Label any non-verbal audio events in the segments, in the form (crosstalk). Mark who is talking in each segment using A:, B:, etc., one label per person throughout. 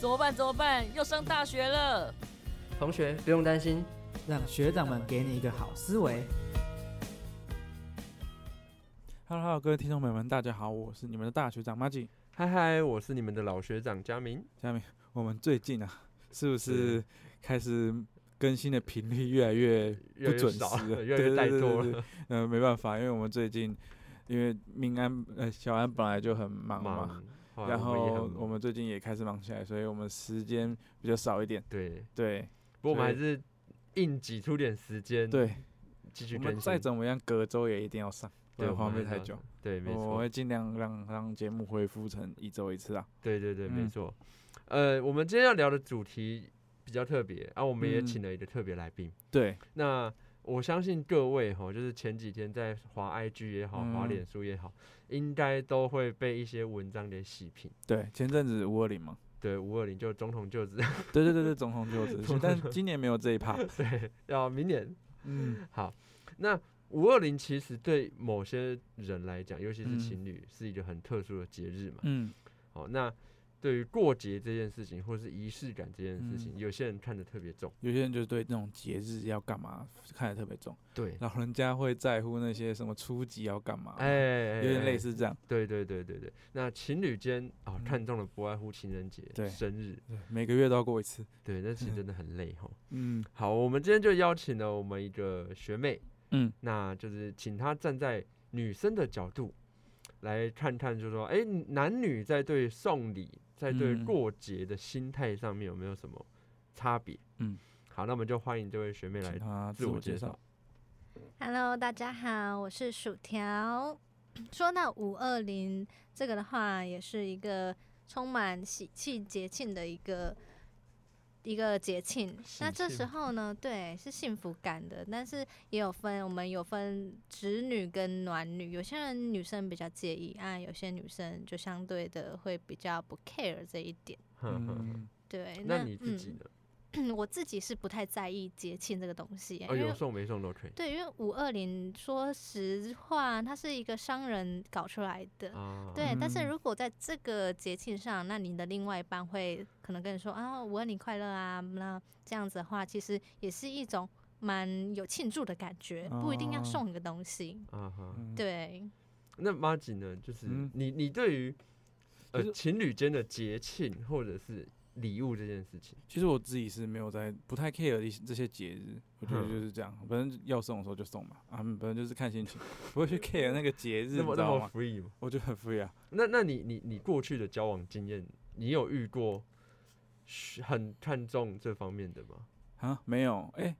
A: 怎么办？怎么办？要上大学了。
B: 同学不用担心，
C: 让学长们给你一个好思维。
D: Hello Hello，各位听众朋友们，大家好，我是你们的大学长 m a g i
E: 嗨嗨，我是你们的老学长佳明。
D: 下面我们最近啊，是不是开始更新的频率越来越不
E: 越来越
D: 准时
E: 少
D: 了，
E: 了越来越怠惰
D: 了？呃，没办法，因为我们最近因为明安呃小安本来就很忙嘛，
E: 忙，后来
D: 然
E: 我们也
D: 后
E: 很
D: 我们最近也开始忙起来，所以我们时间比较少一点。
E: 对，
D: 对
E: 不过我们还
D: 所
E: 是硬挤出点时间，，
D: 对，
E: 继续
D: 我
E: 嗯更
D: 们
E: 新。
D: 再怎么样，隔周也一定要上，不
E: 对，
D: 然
E: 我
D: 荒
E: 们
D: 废
E: 还
D: 太
E: 是
D: 久
E: 要。。对，没
D: 我
E: 错，
D: 会尽量让让节目恢复成一周一次啊。
E: 对对对，没
D: 嗯
E: 错。呃，我们今天要聊的主题比较特别啊，我们也
D: 嗯
E: 请了一个特别来宾。
D: 对，
E: 那我相信各位哈，就是前几天在滑 IG 也好，滑
D: 嗯
E: 脸书也好，应该都会被一些文章给洗屏。
D: 对，前阵子五二零嘛，
E: 对，五二零就总统就职， (laughs)
D: (laughs) 对对对对，总统就职，但今年没有这一趴。
E: 对，要明年
D: 嗯，
E: 好，那五二零其实对某些人来讲，尤其是
D: 嗯
E: 情侣，是一个很特殊的节日嘛。
D: 嗯，
E: 好、那对于过节这件事情，或是仪式感这件事
D: 嗯
E: 情，有些人看得特别重。
D: 有些人就对那种节日要干嘛看得特别重，
E: 对，
D: 老人家会在乎那些什么初级要干嘛，
E: 哎， (laughs) 哎
D: 有点类。
E: 哎
D: 似这样。
E: 对对对对对。那情侣间啊、哦
D: 嗯
E: 看中的不外乎情人节、
D: 对
E: 生日，
D: 每个月都要过一次。
E: 对，那其实真的很累吼。
D: 嗯
E: 好，我们今天就邀请了我们一个学妹，
D: 嗯，
E: 那就是请她站在女生的角度来看看，就是说，哎、男女在对送礼、在对
D: 嗯
E: 过节的心态上面有没有什么差别？
D: 嗯，
E: 好，那我们就欢迎这位学妹来
D: 请他啊
E: 哎自
D: 自
E: 我
D: 我
E: 介
D: 介
E: 绍
D: 绍。。
F: Hello，大家好，我是薯条。说到五二零这个的话，也是一个充满喜气节庆的一个一个节庆。
E: 喜
F: 那这
E: 庆
F: 时候呢，对，是幸福感的，但是也有分，我们有分直女跟暖女。有些人女生比较介意啊，有些女生就相对的会比较不 care 这一点。
E: (laughs) 哼哼
D: 嗯
F: 对，
E: 那你自己
F: 嗯
E: 呢？
F: 我自己是不太在意节庆这个东西，
E: 哦，
F: 因
E: 有
F: 为
E: 送没送都可以
F: 对，因为五二零说实话，它是一个商人搞出来的。
E: 啊。
F: 对，但是
D: 嗯
F: 如果在这个节庆上，那你的另外一半会可能跟你说啊，五二零快乐啊，那这样子的话，其实也是一种蛮有庆祝的感觉，不一定要
D: 哦
F: 送一个东西。
E: 啊哈，
D: 嗯，
F: 对，
E: 那妈吉呢？就是
D: 嗯
E: 你，你对于呃
D: 就是
E: 情侣间的节庆或者是礼物这件事情，
D: 其实我自己是没有在不太 care 一些这些节日，我觉得
E: 嗯
D: 就是这样，反正要送的时候就送嘛，啊，反正就是看心情，不会
E: (laughs)
D: 去 care 那个节日，
E: 那
D: 你
E: 么
D: 知
E: 那
D: 道
E: 么
D: 吗？
E: free 吗？
D: 我就很 free 啊，
E: 那那你你你过去的交往经验，你有遇过是很看重这方面的吗？
D: 啊，没有，哎、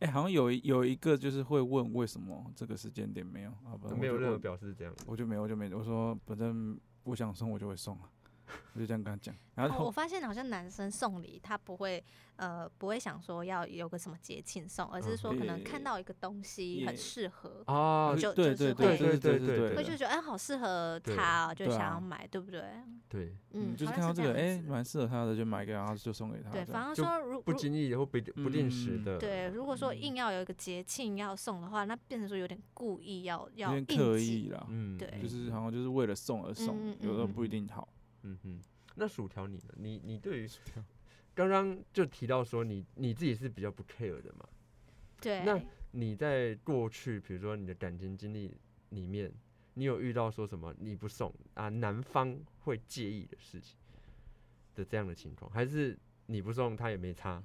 D: 哎、好像有一有一个就是会问为什么这个时间点没有啊，不然
E: 没有
D: 我就
E: 任何
D: 我
E: 表示这样
D: 我就没有，我就没有，我说反正我想送我就会送啊，我就这样跟他讲，然
F: 哦我
D: 后
F: 发现好像男生送礼，他不会呃不会想说要有个什么节庆送，而
E: 嗯
F: 是说可能看
D: 哦也
F: 到一个东西
D: 也
F: 很适合，
E: 啊
F: 我
D: 对
F: 就
D: 对
F: 就是
D: 对对对
F: 会
D: 对
E: 会
D: 对
F: 会
D: 对
F: 就
D: 的，
F: 觉得哎好适合
E: 对
F: 他哦，就
D: 对
F: 想要
D: 啊
F: 买，对不对？
E: 对，
D: 嗯，就是
F: 好
D: 看
F: 像
D: 到
F: 是
D: 这个，
F: 样
D: 哎，
F: 子
D: 蛮适合他的，就买给他，然后就送给他这
F: 对，
D: 样，
F: 反而
E: 就
F: 说如
E: 不
F: 如
E: 经意的或不不定时
D: 嗯
E: 的，
F: 对，如果说
D: 嗯
F: 硬要有一个节庆要送的话，那变成说有点故意要
D: 有
F: 要
D: 点
F: 应
D: 刻
F: 景
D: 意啦，
E: 嗯，
F: 对
D: 就是好像就是为了送而送
F: 嗯嗯，嗯
D: 有时候
E: 嗯
D: 不一定好。
E: 嗯哼。那薯条你呢？你你对于刚刚就提到说你你自己是比较不 care 的嘛？
F: 对，
E: 那你在过去，比如说你的感情经历里面，你有遇到说什么你不送啊，男方会介意的事情的这样的情况，还是你不送他也没差？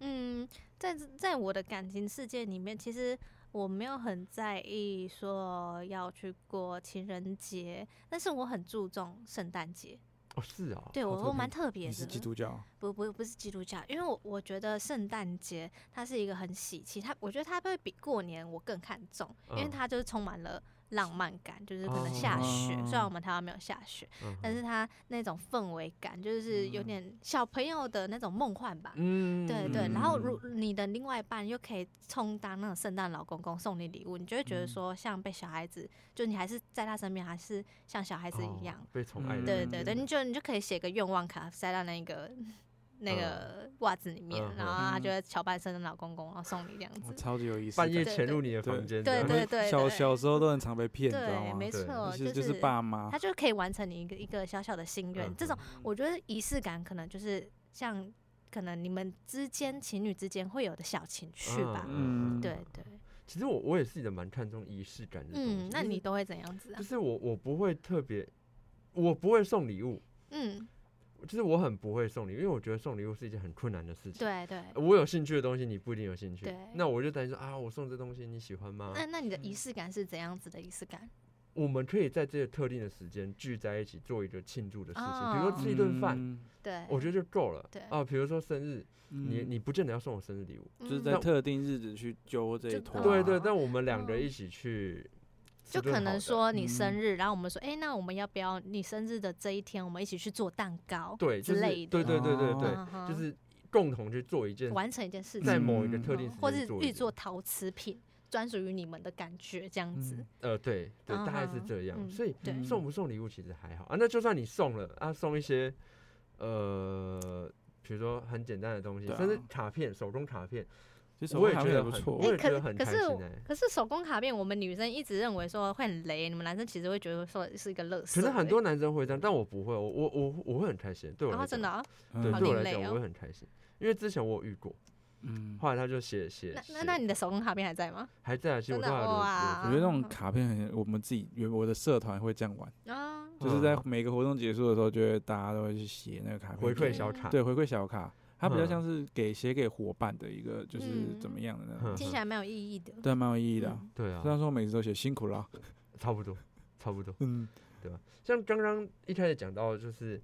F: 嗯，在这在我的感情世界里面，其实我没有很在意说要去过情人节，但是我很注重圣诞节。
E: 哦，是啊、
F: 对
D: 好
F: 我
D: 特
F: 我蛮
D: 别
F: 特别
D: 你
F: 的，
D: 是基督教啊，
F: 不不不是基督教，因为我我觉得圣诞节它是一个很喜气，它我觉得它会比过年我更看重，因为
E: 嗯
F: 它就是充满了浪漫感，就是可能
E: 哦
F: 下雪，虽然我们台湾没有下雪，
E: 嗯
F: 但
E: 哼
F: 是它那种氛围感就是有
D: 嗯
F: 点小朋友的那种梦幻吧。
E: 嗯
F: 对对，然后如
D: 嗯
F: 你的另外一半又可以充当那种圣诞老公公送你礼物，你就会觉得
D: 嗯
F: 说像被小孩子，就你还是在他身边，还是像小孩子一样
E: 哦。被宠爱的
D: 嗯
F: 对
E: 感觉，
F: 对对，你就你就可以写个愿望卡塞到那个那个袜子里面，
E: 嗯哼
F: 然后她就会乔扮成老公公，然后送你这样
D: 我
F: 子。
D: 超级有意思的。
E: 半夜
F: 对
E: 潜
F: 对
E: 入你的
D: 对
E: 房间这
F: 嗯对
E: 样，
F: 对对
D: 小
F: 对
D: 小时候都很常被骗，你知道
F: 对，
D: 吗？
F: 没
E: 对
F: 错，
D: 其实就
F: 就
D: 是爸妈
F: 他，就可以完成你一个一个小小的心愿。
E: 嗯
F: 这种
E: 哼
F: 我觉得仪式感可能就是像可能你们之间情侣之间会有的小情趣吧。
D: 嗯
F: 对对，
E: 其实我我也是的蛮看重仪式感的东西。
F: 嗯，那
E: 就是
F: 你都会怎样子啊
E: 就？是我我不会特别，我不会送礼物，
F: 嗯，
E: 就是我很不会送礼物，因为我觉得送礼物是一件很困难的事情。
F: 对对。
E: 呃我有兴趣的东西，你不一定有兴趣
F: 对。
E: 那我就担心说啊，我送这东西你喜欢吗？
F: 那那你的仪式感是怎样子的仪式感？
E: 我们可以在这个特定的时间聚在一起做一个庆祝的事情，比如
F: 哦
E: 说吃一顿饭，
F: 对，
E: 我觉得就够了
F: 对。
E: 啊，比如说生日，
D: 嗯，
E: 你你不见得要送我生日礼物。
F: 得
D: 就是在特定日子去揪这一
F: 就
D: 坨，啊
E: 嗯对
F: 哦
E: 对，但我们两
F: 哦
E: 个一起去吃
F: 就
E: 顿好的，
F: 可能说你生
D: 嗯
F: 日，然后我们说，哎、那我们要不要你生日的这一天，我们一起去做蛋糕
E: 对，就
F: 之
E: 是
F: 类
E: 对
F: 的，
E: 对对对对
F: 嗯，哼
E: 就是共同去做一件
F: 完成一件事情，
E: 在某一个
D: 嗯
E: 特定
F: 嗯
E: 时
F: 或
E: 间
F: 是
E: 做一
F: 预
E: 件
F: 做陶瓷品，专属于你们的感觉这样子。
D: 嗯
E: 呃，对对，大概是
F: 嗯哼
E: 这样。
F: 嗯
E: 所以
F: 对
D: 嗯
E: 送不送礼物其实还好啊。那就算你送了啊，送一些呃，比如说很简单的东西，
D: 对啊
E: 甚至卡片、手工卡片，
D: 其实
E: 我也
D: 好像
E: 觉得
D: 不
E: 很
D: 错，
E: 我
F: 哎
E: 也
F: 可
E: 觉
F: 是
E: 得很
F: 可
E: 开
F: 是
E: 心
F: 我
E: 哎
F: 可是手工卡片，我们女生一直认为说会很雷，你们男生其实会觉得说是一个乐色、
E: 可能很多男生会这样，但我不会，我我我我会很开心。对我
F: 然后
E: 来
F: 真
E: 讲，
F: 的、啊，
E: 嗯对
F: 好
E: 对我
F: 另
E: 来讲，
F: 类
E: 我
F: 哦
E: 会很开心，因为之前我有遇过，
D: 嗯，
E: 后来他就写写
F: 那那
E: 写
F: 那你的手工卡片还在吗？
E: 还在啊，其实
F: 真
E: 我
F: 的
E: 都还留
D: 我
E: 着。
F: 哇
D: 觉得那种卡片很，我们自己原我的社团会这样玩，
F: 啊，
E: 嗯
D: 就是在每个活动结束的时候，就会大家都会去写那个卡片
E: 回馈
D: 给
E: 小卡，
D: 对回馈小卡，它比较
E: 嗯
D: 像是给写给伙伴的一个，就是
F: 嗯
D: 怎么样的那种
E: 嗯，
F: 听起来蛮有意义的。
D: 对，蛮有意义的啊。
F: 嗯
E: 对啊
D: 虽，然说我每次都写辛苦了，
E: 差不多，差不多。
D: 嗯，
E: 像刚刚一开始讲到，就是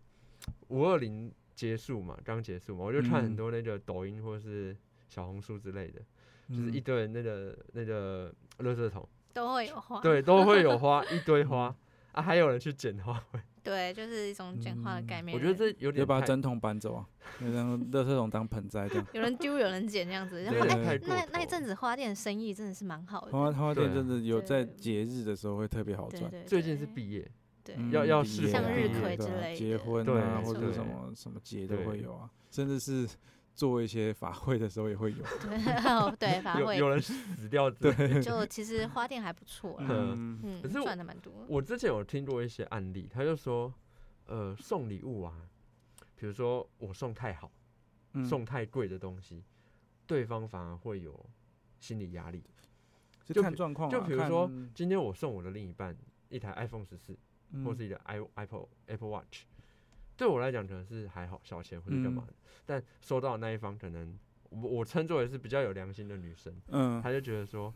E: 五二零结束嘛，刚结束嘛，我就看很
D: 嗯
E: 多那个抖音或是小红书之类的，
D: 嗯
E: 就是一堆那个那个垃圾桶，
F: 都会有花，
E: 对，都会有
F: (laughs)
E: 花，一堆花啊，还有人去捡花，
F: 对，就是一种简化的概
E: 嗯
F: 念。
E: 我觉得这有
D: 要
E: 点
D: 把
E: 太
D: 针筒搬走啊，就当垃圾桶当盆栽这
F: (laughs)
D: 样。
F: 有人丢，有人捡这样子。然
E: 有
F: 后
E: 点
F: 哎、
E: 太
D: 对
E: 过
F: 那那一
E: 头
F: 阵子花店生意真的是蛮好
D: 花
F: 的
D: 花，花店
E: 对
D: 真的有在
F: 对
D: 节日的时候会特别好
F: 对
D: 赚，
F: 对，
E: 最近是
F: 对
E: 毕业，
F: 对
D: 嗯
E: 要
F: (laughs)
E: 要
D: 毕
E: 适
D: 业啊
E: 逢向日
D: 对
E: 葵
D: 对
F: 之
D: 啊
F: 类
D: 结
F: 的
D: 婚
E: 对
D: 啊，
E: 没
D: 或者
E: 错
D: 什么什么节都
E: 对
D: 会有啊，甚至是 (laughs) 做一些法会的时候也会有。啊
F: 对哦对法
E: 有
F: 啊会
E: 有人死掉之类的。
F: 就其实花店还不错啦，
D: 嗯，
F: 嗯
E: 可是，我
F: 赚的蛮多。
E: 我之前有听过一些案例，他就说，呃，送礼物啊，比如说我送太好。
D: 嗯
E: 送太贵的东西，对方反而会有心理压力。
D: 就
E: 就
D: 看
E: 比
D: 状况啊，
E: 就比如说
D: 看，
E: 今天我送我的另一半一台 iPhone 十四、
D: 嗯
E: 或是一台 i Apple Apple Watch，对我来讲可能是还好小钱或者干嘛的，
D: 嗯
E: 但收到的那一方可能我我称作为是比较有良心的女生，
D: 嗯，
E: 她就觉得说。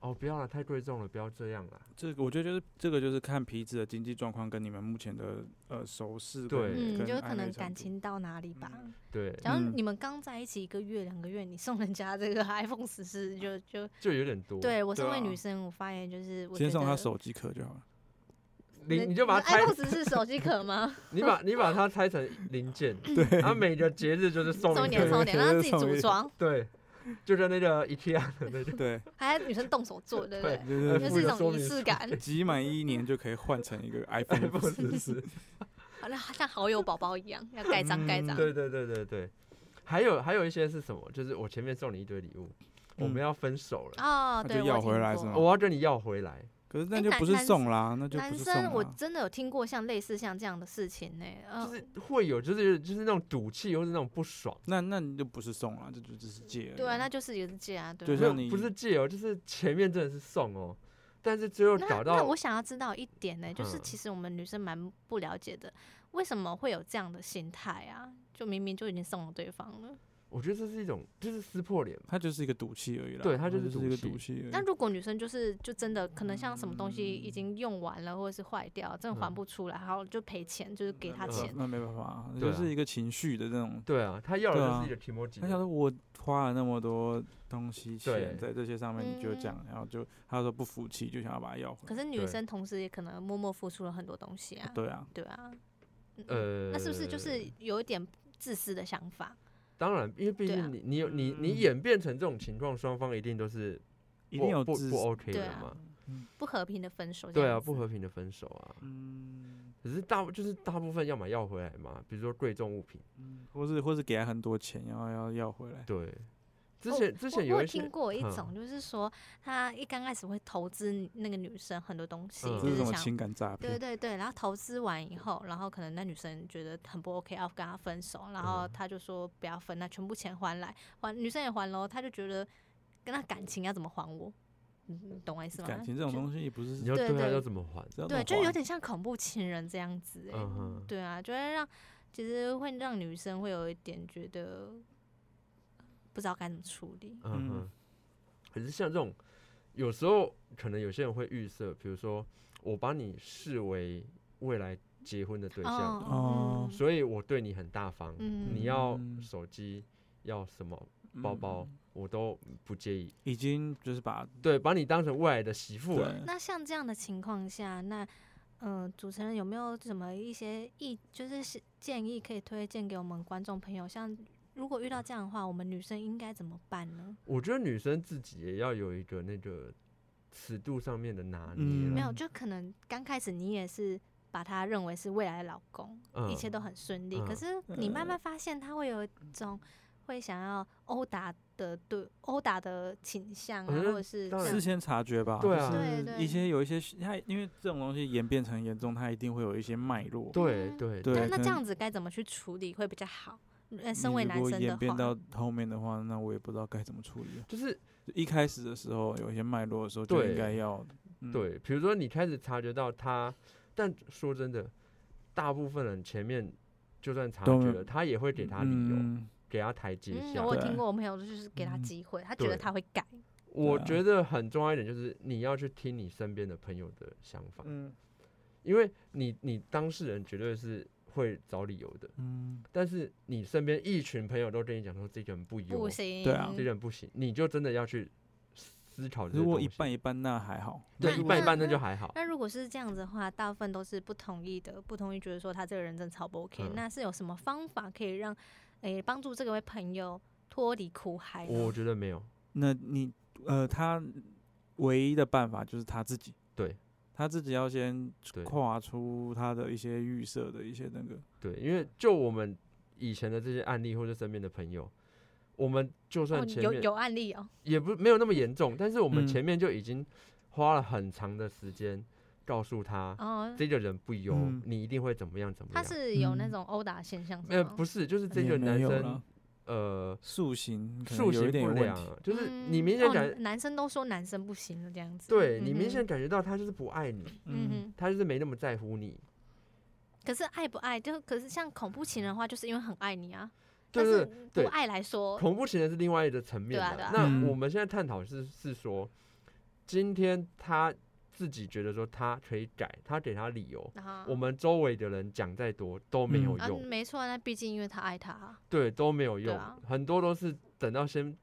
E: 哦，不要了，太贵重了，不要这样啦。
D: 这个我觉得就是这个就是看皮子的经济状况跟你们目前的呃熟识
E: 对
D: 跟
F: 嗯，
D: 跟
F: 就
D: 暧
F: 可
D: 昧
F: 能
D: 程
F: 感
D: 度
F: 情到哪里吧。
E: 对，
F: 然后
D: 嗯
F: 你们刚在一起一个月、两个月，你送人家这个 iPhone 十四，就就
E: 就有点多。，
F: 对我
D: 对
F: 身为
D: 啊
F: 女生，我发现就是我
D: 先
F: 觉
D: 送他
F: 得
D: 手机壳就好
F: (laughs)
D: 了。
E: 你你就把它拆，
F: iPhone 十四手机壳吗？
E: 你把你把它拆成零件，对，然后每个节日就是送
F: 送一
E: 一
F: 点，
E: 个
F: 送一点，让她自己组装，
E: 对，就跟那个 IKEA 的那种，
F: (laughs)
D: 对，
F: 还女生动手做，对不对？
D: 就是
F: 就
E: 附
F: 是一
E: 有说
F: 种仪
E: 明
F: 式
E: 书
F: 感。
D: (laughs) 集满一年就可以换成一个 iPhone
E: iPhone 十四。
F: (laughs) 好像像好友宝宝一样，要盖章盖章。
E: 嗯
F: 哦
E: 对对对对对，还有还有一些是什么？就是我前面送你一堆礼物，我们
D: 嗯
E: 要分手了，
F: 哦，
D: 那
F: 对，
D: 就
F: 我
D: 要
F: 有听
D: 回来
F: 过
D: 是吗
E: 我要跟你要回来。
D: 可是
F: 哎
D: 那就不是
F: 男男
D: 送啦，那就不
F: 男
D: 是送啊
F: 生我
D: 啦。
F: 真的有听过像类似像这样的事情呢、嗯、
E: 就是会有，就是就是那种赌气，或是那种不爽，
D: 那那你就不是送啦，这就只是借而已啊。
F: 对啊，那就是有这啊，对
D: 就
E: 不
F: 啊。
E: 是
D: 像你
E: 不是借哦，就是前面真的是送哦，但是最后
F: 那
E: 搞
F: 那
E: 到
F: 我想要知道一点呢、就是
E: 嗯
F: 其实我们女生蛮不了解的，为什么会有这样的心态啊？就明明就已经送了对方了。
E: 我觉得这是一种就是撕破脸嘛，
D: 他就是一个赌气而已啦。
E: 对它就是
D: 是一
E: 赌
D: 个
E: 气
D: 赌气而已。
F: 但如果女生就是就真的可能像什么东西已经用完了，或者是坏掉，真的还
E: 嗯
F: 不出来，然后就赔钱，就是给他
D: 那
F: 钱。
D: 嗯那没办法，
E: 对
D: 就
E: 啊
D: 是一个情绪的这种。
E: 对啊，他要
D: 对
E: 的
D: 啊
E: 就是一个 t i m o j
D: 他想说，我花了那么多东西钱在这些上面，你就
F: 嗯
D: 这样，然后就他说不服气，就想要把它要回
F: 可
D: 来。
F: 是女
E: 对
F: 生同时也可能默默付出了很多东西啊，
D: 对啊，
F: 对啊。嗯
E: 呃，
F: 那是不是就是有一点自私的想法？
E: 当然，因为毕
F: 对啊
E: 竟你你有你你
D: 嗯
E: 演变成这种情况，双方一定都是
D: 一定
E: 不
D: 有
E: 不
D: 自
E: 不
D: 私
E: OK
F: 对
E: 的
F: 啊
E: 嘛，
F: 不和平的分手这
E: 对
F: 样
E: 啊，
F: 子
E: 不和平的分手啊，
D: 嗯，
E: 可是大就是大部分要买要回来嘛，比如说贵重物品。
D: 嗯，或是或是给他很多钱，然后要要回来。
E: 对，之
F: 哦
E: 前、之
F: 我
E: 前有
F: 我
E: 一
F: 有
E: 些
F: 听过一
E: 嗯
F: 种，就是说他一刚开始会投资那个女生很多东西，
E: 嗯
D: 这
F: 就是
D: 什
F: 是
D: 么
F: 想
D: 情感诈
F: 对
D: 骗？
F: 对对，然后投资完以后，然后可能那女生觉得很不 OK，要跟他分手，然后
E: 嗯
F: 他就说不要分，那全部钱还来，还女生也还喽，他就觉得跟他感情要怎么还我，你你懂我意思吗？
D: 感情这种
F: 就
D: 东西也不是
E: 你要
F: 对
E: 对他
F: 对
E: 要怎么还？
D: 这样
F: 对，
D: 的
F: 就有
D: 话
F: 点像恐怖情人这样子、欸，
E: 嗯哼，
F: 对啊，就会让其实会让女生会有一点觉得不知道该怎么处理，
E: 嗯
D: 嗯
E: 哼。可是像这种，有时候可能有些人会预设，比如说我把你视为未来结婚的对象，
D: 哦
E: 所以我对你很大方，
F: 嗯
E: 你要
D: 嗯
E: 手机要什么包包、
D: 嗯
E: 我都不介意，
D: 已经就是把
E: 对，把你当成未来的媳妇啊了。
D: 嗯对
F: 那像这样的情况下，那呃，主持人有没有什么一些意，就是是建议可以推荐给我们观众朋友？像如果遇到这样的话，我们女生应该怎么办呢？
E: 我觉得女生自己也要有一个那个尺度上面的拿捏
D: 嗯
F: 没
E: 啦，
F: 有，就可能刚开始你也是把他认为是未来的老公，
E: 嗯
F: 一切都很顺利。可
E: 嗯
F: 是你慢慢发现他会有一种会想要殴打的对殴打的倾向啊，
E: 我觉得
F: 或者是
E: 嗯当然
F: 这
D: 事
F: 样
D: 先察觉吧，
E: 对
D: 就
E: 啊
F: 对
D: 是
F: 对
D: 一些有一些它因为这种东西演变成严重，它一定会有一些脉络。
E: 对
F: 嗯
E: 对
D: 对
F: 那
E: 对，
F: 那
D: 可
F: 这
D: 能
F: 样子该怎么去处理会比较好？呃，
D: 你
F: 身为
D: 如
F: 男
D: 果
F: 生
D: 演
F: 的
D: 变
F: 话，
D: 到后面的话，那我也不知道该怎么处理了。
E: 就是
D: 就一开始的时候有一些脉络的时候，就
E: 对
D: 应该要嗯
E: 对，比如说你开始察觉到他，但说真的，大部分人前面就算察
D: 都
E: 觉
D: 没
E: 了，他也会给他理由，
D: 嗯
E: 给他台阶
F: 嗯，
E: 下。
F: 我有
D: 对
F: 听过我朋友就是给他
D: 嗯
F: 机会，他觉得
E: 对
F: 他会改。
E: 我
D: 对啊
E: 觉得很重要一点就是你要去听你身边的朋友的想法，
D: 嗯
E: 因为你你当事人绝对是会找理由的，
D: 嗯，
E: 但是你身边一群朋友都跟你讲说这个人不优，
F: 不
E: 这
F: 行，
D: 对啊
E: 个人不行，你就真的要去思考这个
D: 如果
E: 东
D: 一
E: 西。
D: 半一半那还好，
E: 对
F: 那
E: 一半一
F: 那
E: 半那
F: 那
E: 就还好，
F: 那如果是这样子的话，大部分都是不同意的，不同意觉得说他这个人真的超不 OK、
E: 嗯
F: 那是有什么方法可以让，诶、帮助这个位朋友脱离苦海呢？
E: 我觉得没有。
D: 那你呃，他唯一的办法就是他自己，
E: 对，
D: 他自己要先
E: 对
D: 跨出他的一些预设的一些那个，
E: 对，因为就我们以前的这些案例或者身边的朋友，我们就
F: 哦
E: 算前
F: 有
E: 面、
F: 有案例哦，
E: 也不没有那么严重，但是我们
D: 嗯
E: 前面就已经花了很长的时间告诉他、
F: 哦，
E: 这个人不优，
D: 嗯
E: 你一定会怎么样怎么
F: 他
E: 样。
F: 是有那
D: 嗯
F: 种殴打现象是
E: 呃，
F: 吗，
E: 不是，就是这
D: 也
E: 个
D: 没
E: 男
D: 有
E: 生
D: 啦
E: 呃
D: 塑形可能
E: 塑
D: 有
E: 形
D: 一点
E: 不
D: 问
E: 良
D: 题，，
E: 就是
F: 嗯
E: 你明显
F: 哦
E: 感、
F: 男生都说男生不行了这样子，
E: 对你
F: 嗯
E: 明
F: 哼
E: 显，感觉到他就是不爱你，
F: 嗯哼。
E: 他就是没那么在乎你。
F: 可是爱不爱，就可是像恐怖情人的话，就是因为很爱你啊。
E: 对
F: 但是
E: 对对
F: 不爱来说，
E: 恐怖情人是另外一个层面
F: 对啊
E: 啦
F: 对啊
D: 嗯
E: 那我们现在探讨是是说，今天他自己觉得说他可以改，他给他理由，
F: 啊
E: 我们周围的人讲再多都没有
F: 啊，
E: 用，
F: 没错，那毕竟因为他爱他啊，
E: 对，都没有
F: 对
E: 用，
F: 啊
E: 很多都是等到先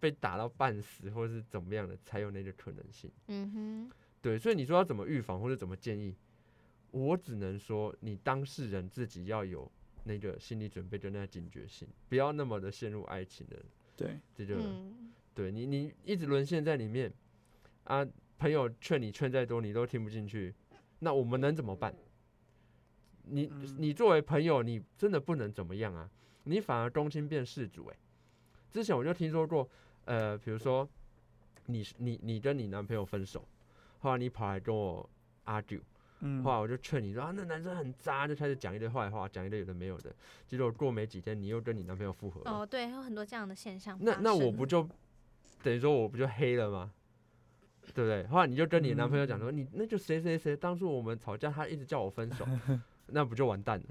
E: 被打到半死或者是怎么样的才有那个可能性。
F: 嗯
E: 对，所以你说要怎么预防或者怎么建议，我只能说你当事人自己要有那个心理准备跟那个警觉性，不要那么的陷入爱情的
D: 对，
E: 这
F: 哼，
E: 个。
F: 嗯，
E: 对你，你一直沦陷在里面啊，朋友劝你劝再多，你都听不进去，那我们能怎么办？你你作为朋友，你真的不能怎么样啊，你反而公亲变世主哎、之前我就听说过，呃，比如说你是你你跟你男朋友分手，后来你跑来跟我 argue，
D: 嗯
E: 后来我就劝你说啊，那男生很渣，就开始讲一堆坏话，讲一堆有的没有的，结果过没几天，你又跟你男朋友复合了。
F: 哦，对，有很多这样的现象发
E: 呃那
F: 生。
E: 那我不就等于说我不就黑了吗？对不对？后来你就跟你男朋友讲
F: 嗯
E: 说，你那就谁谁谁，当初我们吵架，他一直叫我分
F: (laughs)
E: 手，那不就完蛋了？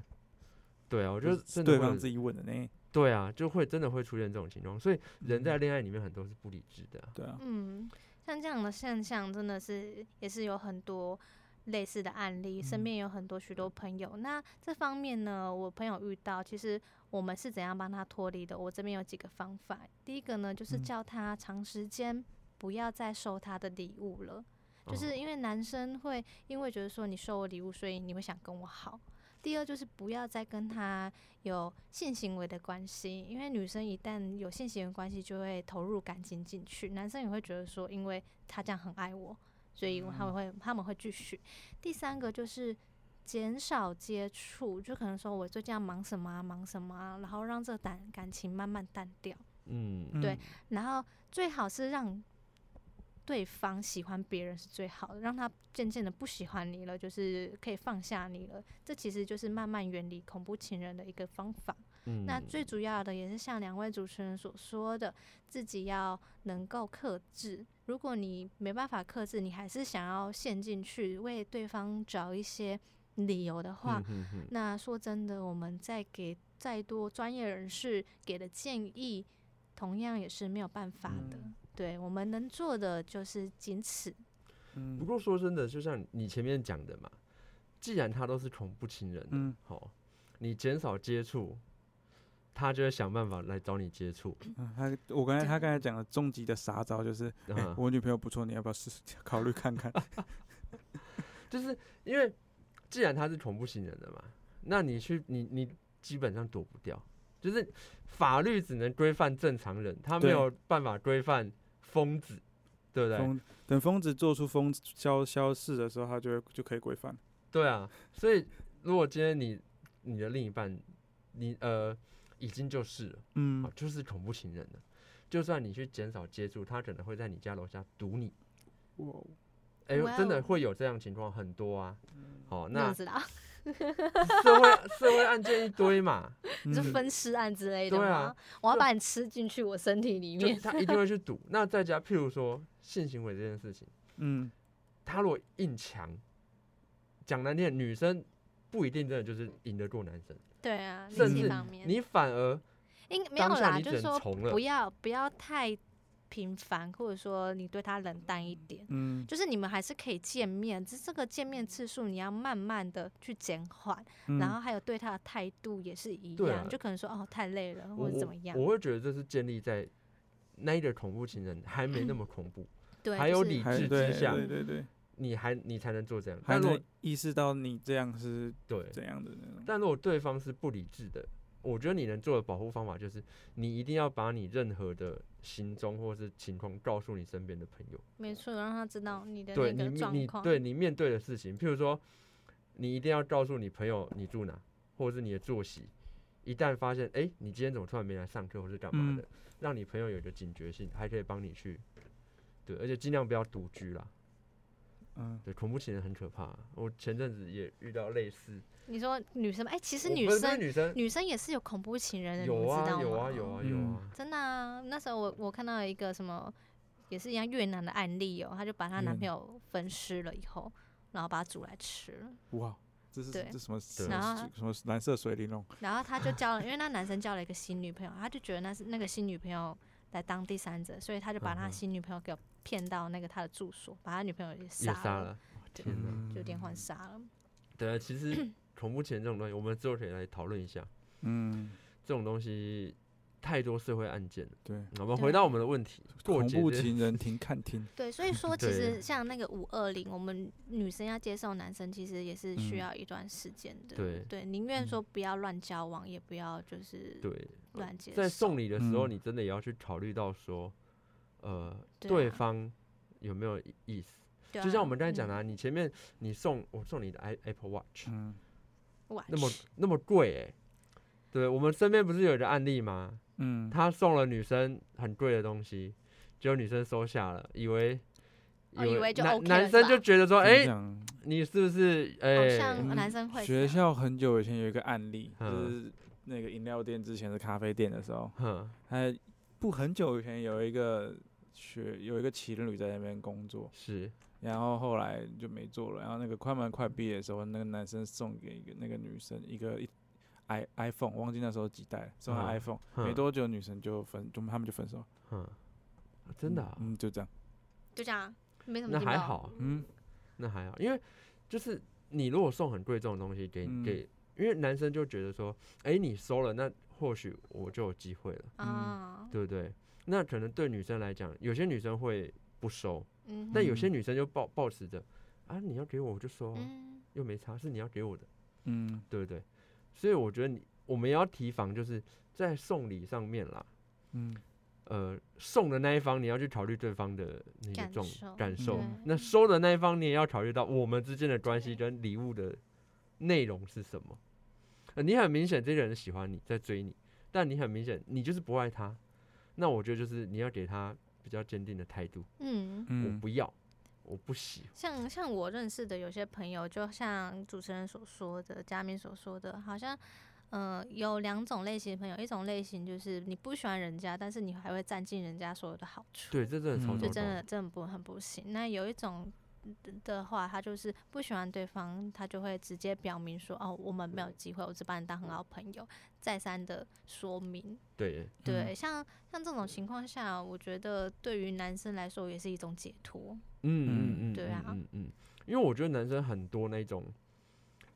E: 对啊，我觉得真的
D: 对
E: 会
D: 方
E: 有
D: 自己问的呢，
E: 对啊，就会真的会出现这种情况，所以人在恋爱里面很多是不理智的啊、
D: 对啊，
F: 嗯，像这样的现象，真的是也是有很多类似的案
E: 嗯
F: 例，身边有很多许多朋友。那这方面呢，我朋友遇到，其实我们是怎样帮他脱离的？我这边有几个方法。第一个呢，就是
D: 嗯
F: 叫他长时间不要再收他的礼物了。就是
E: 嗯
F: 因为男生会因为觉得说你收我礼物，所以你会想跟我好。第二就是不要再跟他有性行为的关系，因为女生一旦有性行为关系，就会投入感情进去，男生也会觉得说，因为他这样很爱我，所以我他们会他们会继续。第三个就是减少接触，就可能说我最近要忙什么啊，忙什么啊，然后让这感感情慢慢淡掉，
E: 嗯，
D: 嗯
F: 对，然后最好是让对方喜欢别人是最好的，让他渐渐的不喜欢你了，就是可以放下你了。这其实就是慢慢远离恐怖情人的一个方法。
E: 嗯
F: 那最主要的也是像两位主持人所说的，自己要能够克制。如果你没办法克制，你还是想要陷进去，为对方找一些理由的话，
E: 嗯哼哼
F: 那说真的，我们再给再多专业人士给的建议，同样也是没有办法的。
D: 嗯
F: 对我们能做的就是仅此。
D: 嗯
E: 不过说真的，就像你前面讲的嘛，既然他都是恐怖情人了，
D: 嗯
E: 好、你减少接触，他就会想办法来找你接
F: (laughs)
E: 触。
D: 嗯他我刚才他
F: 对
D: 刚才讲的终极的杀招就是，哎、
E: 啊
D: 我女朋友不错，你要不要试试 (laughs) 考虑看看？
E: 就是因为既然他是恐怖情人的嘛，那你去你你基本上躲不掉，就是法律只能规范正常人，他没
D: 对
E: 有办法规范疯子， (laughs) 对不对？
D: 疯等疯子做出疯消消逝的时候，他就会就可以规范。
E: 对啊，所以如果今天你你的另一半，你呃已经就是了，
D: 嗯
E: 啊，就是恐怖情人了，就算你去减少接触，他可能会在你家楼下堵你。
D: 我
E: 哎、呦，真
F: 哇
E: 的
F: 哦
E: 会有这样情况很多啊。
D: 嗯
E: 好、
F: 那
E: 那
F: 我知道，
E: 社会社会案件一堆嘛，
D: 嗯
F: 你说分尸案之类的
E: 嗯
F: 吗？
E: 对啊
F: 我要
E: 就
F: 把你吃进去我身体里
E: 就
F: (laughs) 面。
E: 他一定会去赌。那再加，譬如说性行为这件事情，
D: 嗯
E: 他如果硬强，讲难听，女生不一定真的就是赢得过男生，
F: 对啊，
E: 甚
F: 理性
E: 至
F: 方面，
E: 你反而
F: 应没有
E: 当下
F: 啦，
E: 你
F: 就
E: 只
F: 是
E: 能
F: 说
E: 从了
F: 不。要不要太频繁，或者说你对他冷淡一点。
D: 嗯
F: 就是你们还是可以见面，只是这个见面次数你要慢慢的去减缓，
D: 嗯，
F: 然后还有对他的态度也是一
E: 对
F: 样，
E: 啊
F: 就可能说哦太累了
E: 我
F: 或者怎么样
E: 我？，我会觉得这是建立在那一个恐怖情人还没那
D: (clears throat)
E: 么恐怖，
F: 对，
E: 还
F: 就
E: 有
F: 是
E: 理
D: 还
E: 智
D: 对
E: 之下
D: 对对对，
E: 你还你才能做这样。
D: 还
E: 但如果
D: 能意识到你这样是
E: 对，
D: 怎样的那种。
E: 但如果对方是不理智的，我觉得你能做的保护方法就是，你一定要把你任何的行踪或是情况告诉你身边的朋友。
F: 没错，让他知道你的
E: 对你
F: 那个
E: 面
F: 状
E: 你
F: 况，
E: 对你面对的事情，譬如说，你一定要告诉你朋友你住哪，或者是你的作息。一旦发现，哎、你今天怎么突然没来上课，或是干嘛的，让你朋友有一个警觉性，还可以帮你去。对，而且尽量不要独居啦。
D: 嗯，
E: 对，恐怖情人很可怕、啊我前阵子也遇到类似，
F: 你说女生吧哎，其实
E: 我
F: 女
E: 不是不是
F: 生
E: 女生
F: 女生也是有恐怖情人的，
E: 有
F: 你们知
E: 啊
F: 道吗？
E: 有啊有啊有
D: 嗯
E: 啊，
F: 真的啊，那时候我我看到一个什么，也是一样越南的案例哦，她就把她男
D: 越南
F: 朋友分尸了以后，然后把他煮来吃了。
D: 哇，这是
F: 对
D: 这什么什
F: 然
D: 么
F: 后
D: 什么蓝色水玲珑？
F: 然后他就交了，因为那男生交了一个新女朋友，他就觉得那是那个新女朋友来当第三者，所以他就把
E: 嗯
F: 他
E: 嗯
F: 新女朋友给我骗到那个他的住所，把他女朋友也杀
E: 也
F: 了，
E: 杀了，嗯
F: 对
E: 天哪！
D: 嗯
F: 就连环杀了。
E: 对啊，其
F: (clears throat)
E: 实恐怖前这种东西，我们之后可以来讨论一下。
D: 嗯，
E: 这种东西太多社会案件了。
D: 对，
E: 我们
F: 对啊
E: 回到我们的问题，过
D: 恐
E: 节
D: 怖
E: 这
D: 情人停看
E: (laughs)
D: 听。
F: 对，所以说其
E: 对
F: 实像那个五二零，我们女生要接受男生，其实也是
D: 嗯
F: 需要一段时间的。
E: 对
F: 宁愿
D: 嗯
F: 说不要乱交往，也不要就是
E: 对，
F: 乱接
E: 在
F: 受。
E: 送礼的时候，
D: 嗯
E: 你真的也要去考虑到说，呃，
F: 对
E: 对
F: 啊
E: 方有没有意思？
F: 对
E: 就
F: 啊
E: 像我们刚才讲的、
F: 嗯
E: 啊，你前面你送我送你的 i Apple Watch，
D: 嗯，
F: watch
E: 那么那么贵哎、对我们身边不是有一个案例吗？
D: 嗯，
E: 他送了女生很贵的东西，结果女生收下了，以为。
F: 哦以为就
E: 男
F: OK 了
E: 男
F: 是
E: 生
F: 吧
E: 就觉得说，
D: 怎么
E: 哎、
D: 讲
E: 你是不是？哎、
F: 好像
D: 嗯
F: 哦男生会
D: 学
F: 这样
D: 校很久以前有一个案例，就
E: 嗯
D: 是那个饮料店之前是咖啡店的时候，
E: 哼，
D: 他不很久以前有一个学有一个情侣在那边工作，
E: 是，
D: 然后后来就没做了。然后那个快慢快毕业的时候，那个男生送给一个那个女生一个一 i iPhone，忘记那时候几代了，送她
E: 嗯
D: iPhone，、
E: 嗯
D: 没多久女生就分，就他们就分手了。
E: 哼，啊真的、啊，
D: 嗯，就这样。
F: 就这样，没什么
E: 那
F: 劲
E: 还
F: 爆
E: 好，
D: 嗯，
E: 那还好，因为就是你如果送很贵重的东西给、
D: 嗯
E: 给，因为男生就觉得说，哎、你收了，那或许我就有机会了，
F: 啊。
E: 对不对？那可能对女生来讲，有些女生会不收，
F: 嗯哼，
E: 但有些
D: 嗯
E: 女生就抱抱持着，啊，你要给我我就收、啊，
F: 嗯，
E: 又没差，是你要给我的，
D: 嗯，
E: 对不对？所以我觉得你我们也要提防，就是在送礼上面啦，
D: 嗯，
E: 呃，送的那一方你要去考虑对方的那个
F: 嗯感
E: 状
F: 受
E: 感受
F: 对，
E: 那收的那一方你也要考虑到我们之间的关系
F: 对
E: 跟礼物的内容是什么。呃你很明显这个人喜欢你，在追你，但你很明显你就是不爱他。那我觉得就是你要给他比较坚定的态度，
F: 嗯，
E: 我
D: 嗯，
E: 不要，我不喜欢。
F: 像像我认识的有些朋友，就像主持人所说的，嘉明所说的，好像。嗯，有两种类型的朋友，一种类型就是你不喜欢人家，但是你还会占尽人家所有的好处。
E: 对，这真的超
D: 嗯
E: 糟
F: 就
E: 糕
F: 真的真的不很不行。那有一种的的话，他就是不喜欢对方，他就会直接表明说：“哦，我们没有机会，我只把你当很好朋友。”再三的说明。
E: 对，
F: 对，像像这种情况下，我觉得对于男生来说也是一种解脱。
E: 嗯嗯嗯，
F: 对
E: 嗯
F: 啊
E: 嗯嗯，因为我觉得男生很多那种，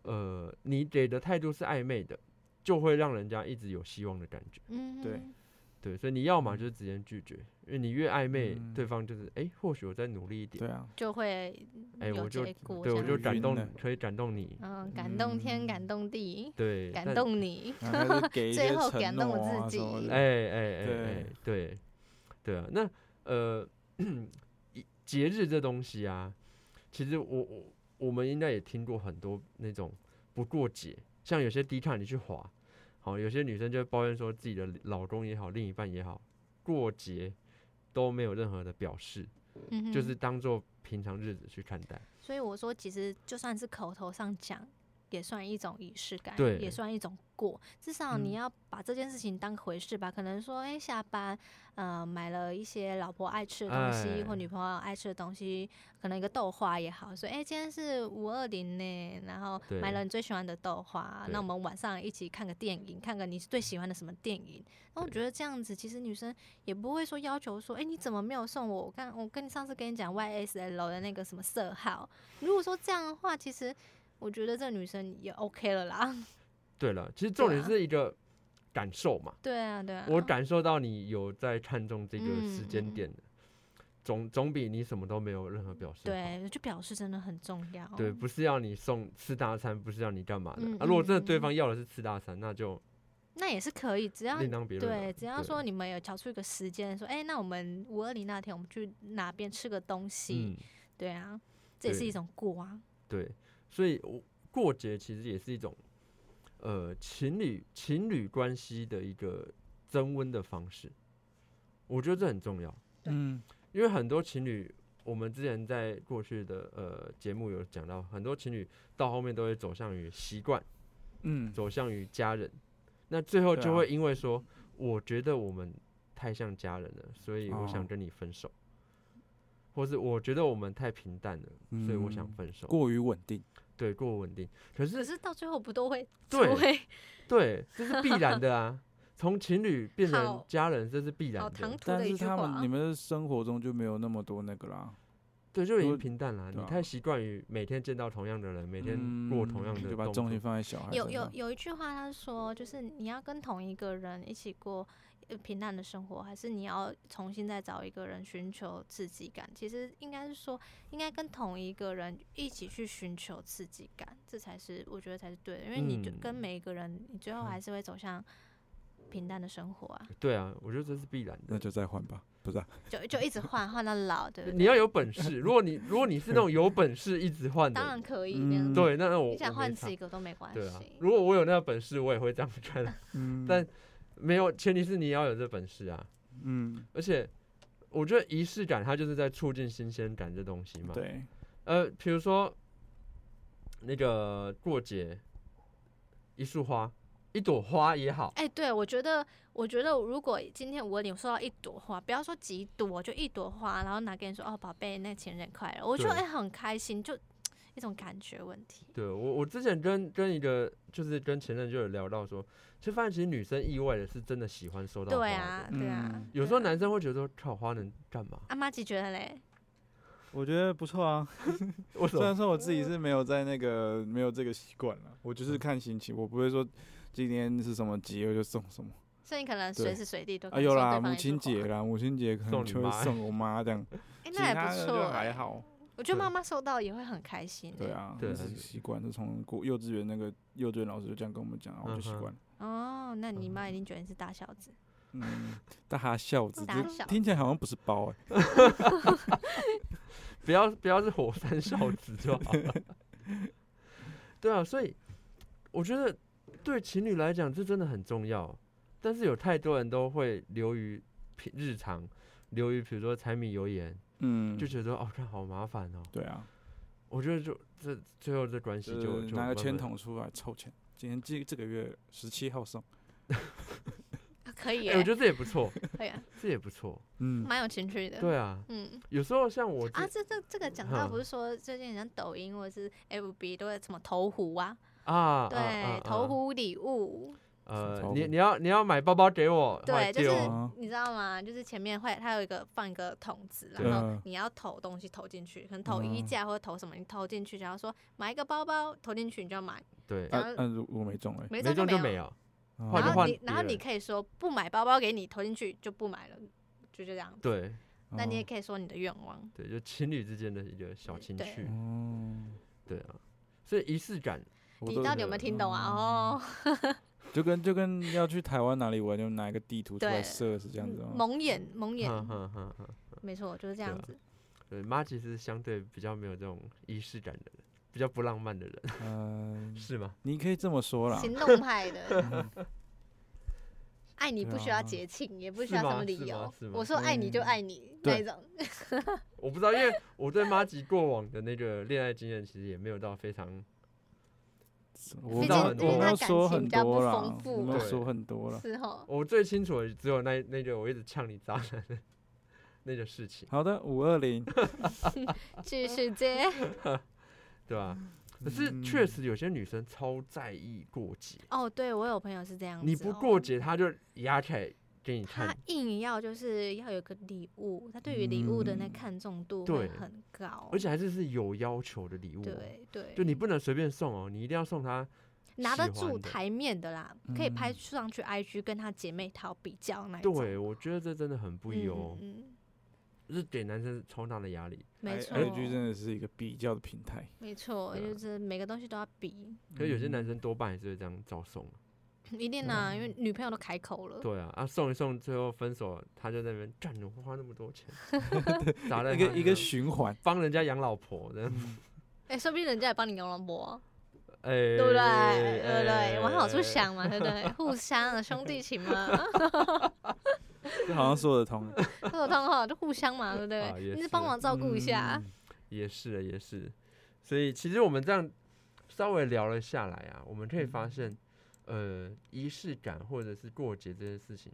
E: 呃，你给的态度是暧昧的，就会让人家一直有希望的感觉。
F: 嗯，
D: 对，
E: 对，所以你要嘛就是直接拒绝，因为你越暧昧，
D: 嗯
E: 对方就是哎、诶或许我再努力一点
D: 对，啊，
F: 就会
E: 哎、
F: 有
E: 我就
F: 结果
E: 对
F: 这
E: 我
F: 样
E: 就
D: 子
E: 感
D: 晕
E: 动
D: 了，
E: 可以感动你，
F: 嗯感动天，感动地，
E: 对，
F: 感
E: 但，
F: 动
E: (laughs)
F: 你。
D: 然
F: (laughs)
D: 后他就给一
F: 最
D: 些
F: 后
D: 承
F: 感动
D: 诺
F: 我
D: 啊
F: 自
D: 什么
F: 己
D: 的
E: 哎哎哎
D: 对
E: 哎，对，对啊，那呃，一节日这东西啊，其实我我我们应该也听过很多那种不过节，像有些低卡你去滑，好，有些女生就会抱怨说自己的老公也好，另一半也好，过节都没有任何的表示，
F: 嗯哼，
E: 就是当做平常日子去看待。
F: 所以我说，其实就算是口头上讲，也算一种仪式感，
E: 对
F: 也算一种过。至少你
D: 嗯
F: 要把这件事情当回事吧。可能说，哎、下班，呃，买了一些老婆爱吃的东西，或
E: 哎
F: 女朋友爱吃的东西，可能一个豆花也好，说，哎、今天是五二零呢，然后买
E: 对
F: 了你最喜欢的豆花，
E: 对
F: 那我们晚上一起看个电影，看个你最喜欢的什么电影。那我
E: 对
F: 觉得这样子，其实女生也不会说要求说，哎、你怎么没有送我？我刚我跟你上次跟你讲 YSL 的那个什么色号，如果说这样的话，其实我觉得这女生也 OK 了啦。 (laughs)
E: 对了，其实重点
F: 啊
E: 是一个感受嘛。
F: 对啊，对啊，
E: 我感受到你有在看重这个时间
F: 嗯
E: 点，总总比你什么都没有任何表示好。
F: 对，就表示真的很重要。
E: 对，不是要你送吃大餐，不是要你干嘛的、
F: 嗯
E: 啊。如果真的
F: 嗯
E: 对
F: 嗯
E: 方要的是吃大餐，那就
F: 那也是可以，只要
E: 另当别论了。
F: 对，只要说你们有找出一个时间，说，哎、那我们五二零那天我们去哪边吃个东西？
E: 嗯，
F: 对啊，这也是
E: 对
F: 一种过啊。
E: 对，所以我过节其实也是一种呃情侣情侣关系的一个增温的方式，我觉得这很重要。
D: 嗯，
E: 因为很多情侣，我们之前在过去的呃节目有讲到，很多情侣到后面都会走向于习惯，
D: 嗯，
E: 走向于家人，那最后
D: 对
E: 就
D: 啊
E: 会因为说，我觉得我们太像家人了，所以我想
D: 哦
E: 跟你分手，或是我觉得我们太平淡了，所以我想
D: 嗯
E: 分手，
D: 过于稳定，
E: 对，过稳定，可
F: 可
E: 是
F: 是到最后不都会
E: 对
F: (laughs) 都会
E: 对，这是必然的
D: (laughs)
E: 啊，从情侣变成
F: 好
E: 家人，这是必然
F: 好
E: 的
F: 唐，突
D: 但
F: 的一
D: 是
F: 句
D: 他们
F: 话啊
D: 你。们的生活中就没有那么多那个啦，
E: 对，就已
D: 如
E: 经
D: 果
E: 平淡了，
D: 对
E: 你
D: 啊
E: 太习惯于每天见到同样的人，每天过同样
D: 嗯
E: 的
D: 就把
E: 动
D: 重
E: 作
D: 心放在小孩
F: 有
D: 身
F: 有
D: 上，
F: 有一句话，他说，就是你要跟同一个人一起过呃平淡的生活，还是你要重新再找一个人寻求刺激感？其实应该是说，应该跟同一个人一起去寻求刺激感，这才是我觉得才是对的，因为你就跟
E: 嗯
F: 每一个人，你最后还是会走向平淡的生活啊，
E: 对啊，我觉得这是必然
D: 那
E: 的。
D: 就再换吧，不是啊？
F: 就就一直换换到老，对不
E: 你
F: 对？
E: 要有本事，如果你如果你是那种有本事一直换
F: 当
E: 的，
F: 然可以这
D: 嗯
F: 样子，
E: 对，那那我
F: 你想
E: 我没
F: 换
E: 差
F: 几个都没关
E: 对啊
F: 系。。
E: 如果我有那个本事，我也会这样干啊。
D: 嗯
E: 但没有，前提是你要有这本事啊。
D: 嗯，
E: 而且我觉得仪式感它就是在促进新鲜感这东西嘛。，
D: 对，
E: 呃，比如说那个过节，一束花，一朵花也好，
F: 哎、对，我觉得，我觉得如果今天我领收到一朵花，不要说几朵，就一朵花，然后拿给你说，哦，宝贝，那情人快乐，我觉得
E: 对
F: 哎、很开心，就一种感觉问题。
E: 对我，我之前跟跟一个就是跟前任就有聊到说，就发现其实女生意外的是真的喜欢收到花
F: 对
E: 的
F: 啊，对啊，
D: 嗯
E: 有时候
F: 对啊
E: 男生会觉得说，靠花能干嘛？
F: 阿妈姐觉得嘞，
D: 我觉得不错啊。
E: 为什
D: 虽然
E: 么？
D: 说我自己是没有在那个没有这个习惯了，我就是看心情，我不会说今天是什么节我就送什么
F: 所以你可能
D: 对
F: 随时随地都可
D: 啊，
F: 以
D: 有
F: 送对
D: 啦，
F: 方
D: 母
F: 一束
D: 亲
F: 花
D: 节，啦，母亲节可能
E: 送你
D: 就会
E: 妈
D: 送我妈这样，
F: 哎、
D: 其
F: 那也
D: 他
F: 不
D: 的
F: 错、
D: 就
F: 哎
D: 还。好。
F: 我觉得
E: 对
F: 妈妈收到也会很开心、
D: 对
F: 哎，
D: 啊，
E: 对
D: 这
E: 很
D: 是习惯，是从国幼稚园那个幼稚园老师就这样跟我们讲，然后我就习
E: 嗯哼
D: 惯了。
F: 哦，那你妈一定觉得你是大小子，
D: 嗯， (laughs) 大孝子，
F: 大
D: 这
F: 孝
D: 听起来好像不是包哎、
E: 不要不要是火山 (laughs) 孝子就好了。对啊，所以我觉得对情侣来讲这真的很重要，但是有太多人都会流于平日常，流于比如说柴米油盐，
D: 嗯，
E: 就觉得哦这好麻烦哦。
D: 对啊，
E: 我觉得就这最后这关系
D: 就
E: 就是就
D: 拿个
E: 慢
D: 签
E: 慢
D: 筒出来凑钱，今天这这个月十七号送，
F: 啊可以
E: 哎、
F: 耶，
E: 我觉得这也不
F: (laughs)
E: 错，
F: 可以啊，
E: 这也不错。
D: 嗯，
F: 蛮有情趣的。
E: 对啊，
F: 嗯
E: 有时候像我
F: 啊，
E: 自
F: 这这这个讲到
E: 嗯
F: 不是说最近很像抖音或者是 FB 都会什么投壶啊，
E: 啊，啊
F: 对，投，壶礼物，
E: 啊
D: 什
E: 啊
D: 么
E: 呃，你
D: 头
E: 你要你要买包包给我，
F: 对，就是
D: 丢啊
F: 你知道吗？就是前面会它有一个放一个桶子，
E: 对啊
F: 然后
D: 嗯
F: 你要投东西投进去，可能投
D: 嗯
F: 衣架或者投什么，你投进去，然后说买一个包包投进去，你就要买，
E: 对，
D: 啊
F: 然后
D: 啊，如果没中哎，
F: 没
E: 没
F: 中
E: 中就
F: 没
E: 没有，
F: 有。
D: 啊
E: 换
F: 然
E: 就
F: 后
E: 换
F: 你然后
E: 别
F: 你
E: 人
F: 可以说不买包包给你投进去就不买了，就就这样。，
E: 对
F: 那你也
D: 哦
F: 可以说你的愿望。
E: 对，就情侣之间的一个小情
F: 对
E: 趣，
D: 哦，
E: 对啊，所以仪式感，
D: 我
F: 你
D: 都
F: 到
D: 觉
F: 底有没
D: 得
F: 有听懂啊？
D: 嗯
F: 哦， (laughs)
D: 就跟就跟要去台湾哪里玩，就拿一个地图出
F: 对嗯
D: 来设是这样子哦吗？
F: 蒙眼蒙眼，
E: 哈哈哈哈，
F: 没错，就是这
E: 嗯对
F: 样
E: 啊
F: 子。
E: 对，妈其实相对比较没有这种仪式感的人，比较不浪漫的人，
D: 嗯，
E: 是吗？ (laughs)
D: 你可以这么说啦。
F: 行动派的，
D: (laughs) 嗯
F: 爱你
D: 对
F: 不需要
D: 啊
F: 节庆，也不需
E: 是
F: 要什
E: 吗
F: 么理
E: 是吗
F: 由
E: 是。吗
F: 我说爱你就
D: 嗯
F: 爱你那
D: 对
F: 一种。
E: 我不知道，因为我对妈吉过往的那个恋爱经验其实也没有到非常，
D: 我没
E: 毕竟
D: 有
E: 因为
D: 我没
E: 他
D: 有
F: 感
D: 说
F: 情
D: 很
F: 比较不
D: 多啦，
F: 丰富
D: 我没有
E: 对
D: 说很多啦。
F: 是
E: (laughs)
F: 哦，
E: 我最清楚的只有那那个我一直呛你渣男的那个事情，
D: 好的，五二零，
F: 继续接
E: 对吧？可是确实有些女生超在意过节，
F: 哦。对我有朋友是这样子、哦，
E: 你不过节她就压起来给你
F: 他
E: 看，
F: 硬要就是要有个礼物，他对于礼物的那
D: 嗯
F: 看重度
E: 对
F: 会很高，
E: 而且还是是有要求的礼物哦，
F: 哦对对，
E: 就你不能随便送哦，你一定要送她
F: 拿得
E: 喜欢
F: 住
E: 的
F: 台面的啦，可以拍
D: 嗯
F: 上去 IG 跟他姐妹淘比较那一种，
E: 对，我觉得这真的很不
F: 嗯
E: 优，哦
F: 嗯嗯
E: 就是给男生超大的压力。
F: 没错
D: i 哎 g 真的是一个比较的平台。
F: 没错，
E: 对啊
F: 就是每个东西都要比，
E: 可是有些男
D: 嗯
E: 生多半也是会这样照送啊。
F: 一定啊，因为女朋友都开口了，
E: 对啊，啊送一送，最后分手，他就在那边干，你花那么多
F: (laughs)
E: 钱，砸在
D: 一
E: 他
D: 个一个
E: 身上
D: 循环，
E: 帮人家养老婆的，
F: 哎，说不定人家也帮你养老婆啊，
E: 哎，
F: 对不对？对不对？往好处
E: 哎，
F: 想嘛，对
E: (laughs)
F: 不对？互相的兄弟情嘛。
D: 这好像说得通。
F: 都有通哈，就互相嘛，对不对？
E: 啊也是
F: 你是帮忙 (laughs) 照顾一下，
D: 嗯
E: 也是啊，也是。所以其实我们这样稍微聊了下来啊，我们可以发
D: 嗯
E: 现，呃，仪式感或者是过节这些事情，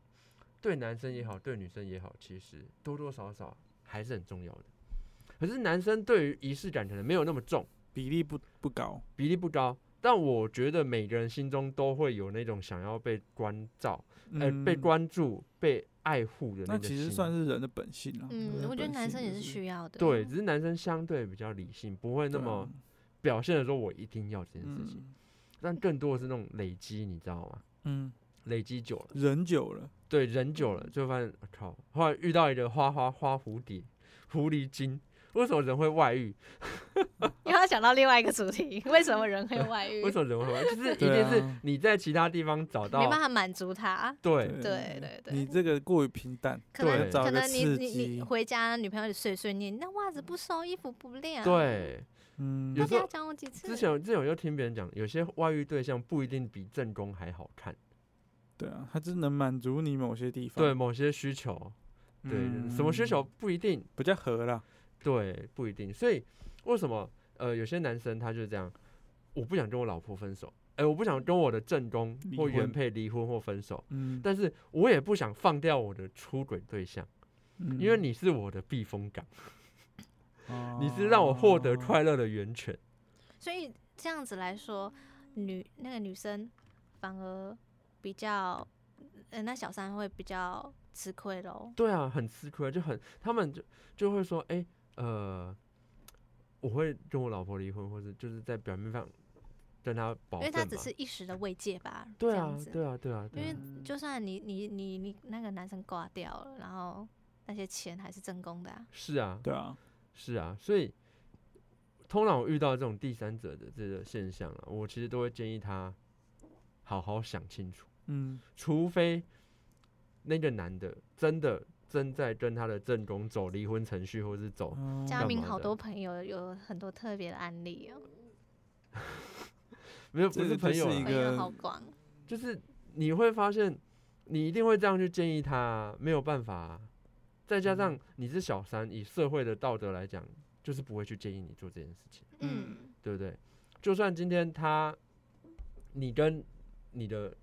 E: 对男生也好，对女生也好，其实多多少少还是很重要的。可是男生对于仪式感可能没有那么重，
D: 比例不不高，
E: 比例不高。但我觉得每个人心中都会有那种想要被关照、呃，被
D: 嗯。
E: 关注、被爱护的
D: 那
E: 个
D: 其实
E: 心
D: 算是人的本性啊了。
F: 嗯
D: 人，的
F: 我觉得
D: 本
F: 男
D: 性
F: 生也
D: 就是
F: 需要的，
E: 对，只是男生相对比较理性，不会那
D: 对啊
E: 么表现的说我一定要这件事情。
D: 嗯
E: 但更多的是那种累积，你知道吗？
D: 嗯，
E: 累积久了，
D: 人久了，
E: 对，忍久了就发现，我、靠！后来遇到一个花花花蝴蝶、狐狸精，为什么人会外遇？
F: 因为他想到另外一个主题，为什么人会外遇？
E: 为什么人会外遇？就是一
D: 对
E: 定是
D: 啊
E: 你在其他地方找到
F: 没办法满足他？
E: 对
F: 对对对
D: 你这个过于平淡，
F: 可
E: 对
F: 能
E: 找
F: 可
D: 一个
F: 能你
D: 刺
F: 你你
D: 激
F: 回家，女朋友就碎碎念，那袜子不收，衣服不晾。，
E: 对。
D: 嗯，
E: 有
F: 到
E: 时
F: 底
E: 候
F: 要讲我几次？
E: 之前之前我就听别人讲，有些外遇对象不一定比正宫还好看，
D: 对啊，它只能满足你某些地方，
E: 对某些需求，对、
D: 啊嗯
E: 什么需求不一定，
D: 比较合啦，
E: 对不一定。所以为什么呃有些男生他就这样，我不想跟我老婆分手，哎、我不想跟我的正宫
D: 离
E: 或原
D: 婚
E: 配离婚或分手，
D: 嗯，
E: 但是我也不想放掉我的出轨对象，
D: 嗯
E: 因为你是我的避风港，
D: 哦
E: 你是让我获得快乐的源泉。
F: 所以这样子来说，女那个女生反而比较，呃，那小三会比较吃亏喽。
E: 对啊，很吃亏，就很他们就就会说，哎、呃，我会跟我老婆离婚，或者就是在表面上跟她保
F: 因
E: 证
F: 为
E: 嘛。
F: 他只是一时的慰藉吧，
E: 对
F: 这
E: 啊
F: 样，子
E: 对啊，对啊，
F: 因
E: 对啊
F: 为就算你你你你那个男生挂掉了，然后那些钱还是正宫的啊。
E: 是啊，
D: 对啊，
E: 是啊，所以通常我遇到这种第三者的这个现象啊，我其实都会建议他好好想清楚，
D: 嗯，
E: 除非那个男的真的正在跟他的正宫走离婚程序，或是走
D: 哦
F: 嘉
E: 嗯干
F: 明
E: 嘛
F: 好
E: 的
F: 多朋友有很多特别的案例哦，
E: 没有
D: 这
E: 不是
D: 这
E: 朋友
D: 是
E: 啦
D: 一
F: 朋友
D: 个
F: 好广，
E: 就是你会发现，你一定会这样去建议他，没有办法啊、再
D: 嗯
E: 加上你是小三，以社会的道德来讲，就是不会去建议你做这件事情，
F: 嗯
E: 对不对？就算今天他，你跟你的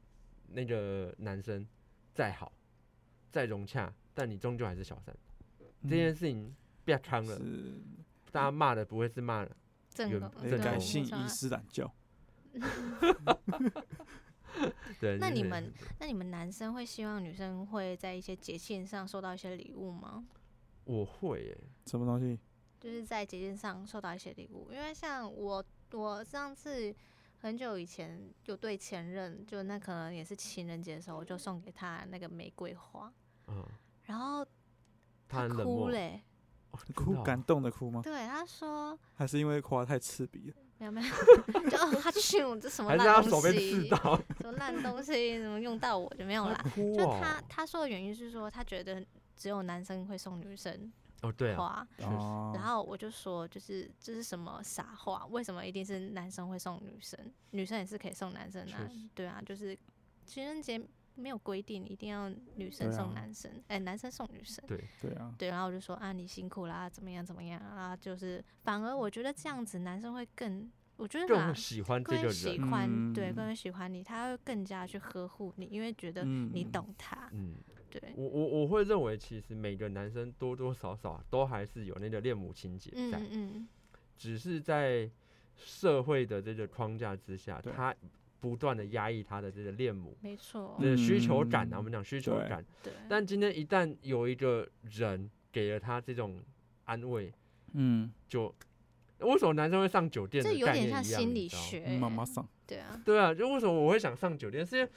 E: 那个男生再好，再融洽，但你终究还是小三，这件事情被坑了，
D: 嗯是
E: 大家骂的不会是骂
D: (laughs)
E: 了，
F: 正
E: 原
F: 宫
E: 那
D: 那
E: 个
F: 正
D: 改
F: 宫
D: 信
F: 是吧
D: 伊斯兰教，
E: 对。
F: 那
E: 就
F: 你
E: 是
F: 们那你们男生会希望女生会在一些节庆上收到一些礼物吗？
E: 我会耶、
D: 什么东西？
F: 就是在节庆上收到一些礼物，因为像我我上次很久以前有对前任，就那可能也是情人节的时候，我就送给他那个玫瑰花，
E: 嗯，
F: 然后
E: 他很冷
F: 哭
E: 漠，
F: 嘞，
E: 哦真的
D: (laughs) 哭
E: 哦
D: 感动的哭吗？
F: 对他说
D: 还是因为夸太刺鼻了？
F: 没有 (laughs) 没有，就哦他去我这什么
E: 还是他
F: 烂
E: 手
F: 东
E: 被刺
F: 西， (laughs)
E: 到？
F: 什么烂东西，怎么用到我就没有
E: 他
F: 啦。
E: 哭
F: 就
E: 哦
F: 他他说的原因是说他觉得只有男生会送女生
E: 哦，对啊，
F: 花，
E: 确实
D: 哦
F: 然后我就说，就是这是什么傻话？为什么一定是男生会送女生？女生也是可以送男生啊
E: 确实，
F: 对啊，就是情人节没有规定一定要女生
D: 对啊
F: 送男生，哎、男生送女生。
E: 对，
D: 对啊，
F: 对，然后我就说啊，你辛苦啦，怎么样怎么样啊？就是反而我觉得这样子男生会更，我觉得啦
E: 更，喜欢这
F: 更
E: 个
F: 会喜
E: 人，
F: 欢，对，
D: 嗯
F: 更会喜欢你，他会更加去呵护你，因为觉得
D: 嗯
F: 你懂他，
E: 嗯，
F: 对，
E: 我我我会认为，其实每个男生多多少少都还是有那个恋母情节
F: 嗯
E: 在，
F: 嗯嗯，
E: 只是在社会的这个框架之下，
D: 对
E: 他不断的压抑他的这个恋母
F: 没错，
E: 的需求感啊，
D: 嗯
E: 我们讲需求
D: 对
E: 感。
F: 对，
E: 但今天一旦有一个人给了他这种安慰，
D: 嗯，
E: 就为什么男生会上酒店的
F: 这
E: 概
F: 有
E: 念一样？
F: 点像心理
E: 你知道吗
F: 学、
D: 妈妈桑，
F: 对啊，
E: 对啊，就为什么我会想上酒店？是因为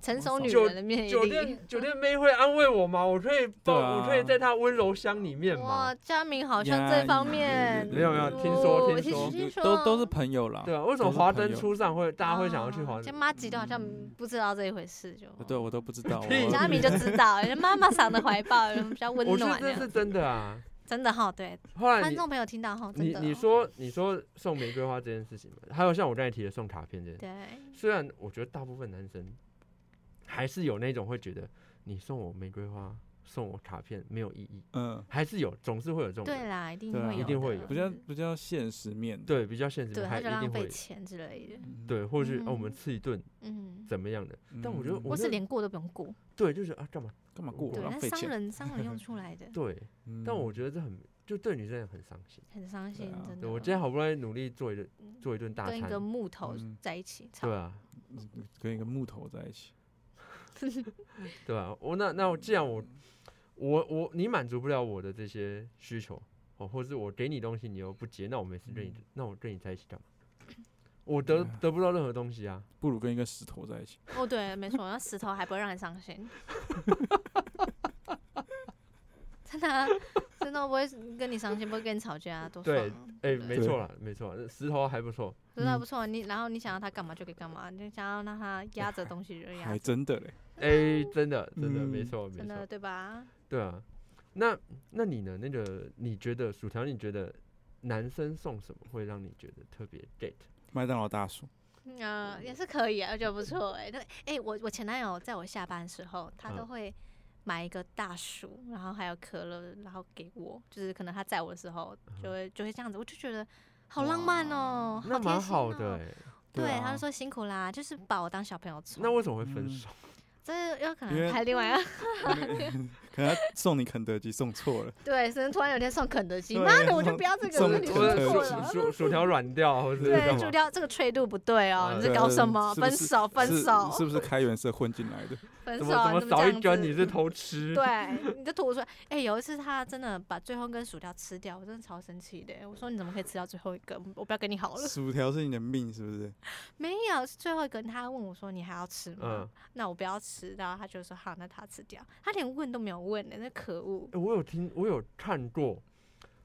F: 成熟女
E: 酒
F: 人的魅
E: 酒
F: 力 (laughs)
E: 店。酒店妹会安慰我吗？我可以
D: 对
E: 抱，
D: 啊
E: 我可以在她温柔乡里面吗
F: 哇，？佳明好像
D: 呀
F: 这方
D: 对对
F: 面
D: 对
E: 没有没有，
D: 嗯
E: 听
F: 哦
E: 说
F: 我
E: 听说
F: 其，实听
D: 都
F: 说
D: 都是朋友啦。
E: 对啊，为什么
D: 都是
E: 华
D: 朋
E: 灯
D: 友
E: 初上会大家会想要去嗯华
F: 像
E: 灯？
F: 嗯妈吉都好像不知道这一回事就，
E: 呃
D: 对，我都不知道。
E: 屁
D: 我
F: 佳明就知道，人家妈妈桑的怀抱人家比较温
E: 我觉得
F: 暖
E: 这是
F: 的，
E: 真的啊。
F: 真的哈，对，
E: 后来
F: 观
E: 你
F: 众朋友听到哈，真
E: 你
F: 的哦，
E: 你说你说送玫瑰花这件事情嘛，还有像我刚才提的送卡片这件事，
F: 对，
E: 虽然我觉得大部分男生还是有那种会觉得你送我玫瑰花送我卡片没有意义，
D: 嗯，
E: 还是有总是会有这种人
F: 对啦，一定
D: 对啊
F: 会有，
D: 一
E: 定会有
D: 比较比较现实面的。
E: 对比较现实
F: 对，
E: 面，还一
F: 他就
E: 定
F: 浪
E: 会
F: 费
E: 有
F: 钱之类的，
D: 嗯，
E: 对，或是、哦我
F: 嗯
E: 们吃一顿
F: 嗯，
E: 怎么样的，但我觉得
D: 嗯
E: 我
F: 或
E: 那
F: 是连过都不用过，
E: 对，就是啊干嘛？
D: 干嘛过
F: 对，
D: 浪
F: 那
D: 费
F: 商
D: 钱？
F: 人商人用出来的
E: 对，
D: 嗯
E: 但我觉得这很就对女生也很伤心。
F: 很伤心
D: 啊，
F: 真
E: 对
F: 的，
E: 我今天好不容易努力做一顿做一顿大
F: 嗯跟一个
E: 餐，
F: 木头
D: 嗯
F: 在一起，操
E: 对啊，
D: 跟一个木头在一起，
E: 对啊，我那那我既然我我我你满足不了我的这些需求，哦，或是我给你东西你又不接，那我没事跟
D: 嗯
E: 你，那我跟你在一起干嘛？我得
D: 哎
E: 得不到任何东西啊，
D: 不如跟一个石头在一起。
F: 哦，对，没错，那石头还不会让人伤心， (laughs) 真的啊、真的不会跟你伤心，不会跟你吵架、多爽、
E: 对
F: 啊！
E: 哎、
F: 对
E: 没错啦，没错啦，石头还不错，
F: 说他
D: 嗯
F: 不错，啊你然后你想要他干嘛就可以干嘛，你想要让他压着东西就压
D: 还
F: 着，
D: 真的嘞，
E: 哎、真的真的、
D: 嗯
E: 没错没
F: 真的
E: 错，
F: 对吧？
E: 对啊，那那你呢？那个你觉得薯条，你觉得男生送什么会让你觉得特别 get？
D: 麦当劳大
F: (laughs)
D: 叔，
F: 嗯、也是可以啊，我觉得不错哎、对，哎、我我前男友在我下班的时候，他都
E: 嗯
F: 会买一个大薯，然后还有可乐，然后给我，就是可能他载我的时候就会就会这样子，我就觉得好浪漫哦、
E: 那
F: 贴
E: 蛮
F: 心
E: 好
F: 哦
E: 的、哎，
F: 对，
D: 对
F: 他
D: 啊
F: 就说辛苦啦，就是把我当小朋友宠。
E: 那为什么会分
D: 嗯
E: 手？ (laughs)
F: 这有可
D: 因
F: 能
D: 为
F: 还另外一个
D: 可能他送你肯德基送错了，
F: 对，甚至突然有一天送肯德基，
D: 对
F: 妈的，我就不要这个，
D: 送
F: 我就
D: 肯
F: 说
D: 德
F: 错
D: 基
F: 了。
E: 薯薯薯条软掉，或是干
F: 对，
E: 嘛
F: 薯条这个脆度不对哦，
E: 嗯
F: 你
E: 对
F: 在搞什么？
D: 是不
F: 分
D: 是
F: 手，分
D: 是
F: 手，
D: 是不是开源社混进来的？
F: (laughs) 分手，
E: 怎么
F: 你
E: 怎么
F: 这
E: 少
F: 样
E: 一根？
F: 子
E: 你是偷 (laughs) 吃？
F: 对，你就吐出来。哎，有一次他真的把最后一根薯条吃掉，我真的超生气的。我说你怎么可以吃到最后一根？我不要跟你好了。
D: 薯条是你的命，是不是？
F: 没有，是最后一根。他问我说你还要吃吗
E: 嗯？
F: 那我不要吃，然后他就说好，那他吃掉。他连问都没有问的，那可恶。
E: 欸我有听，我有看过，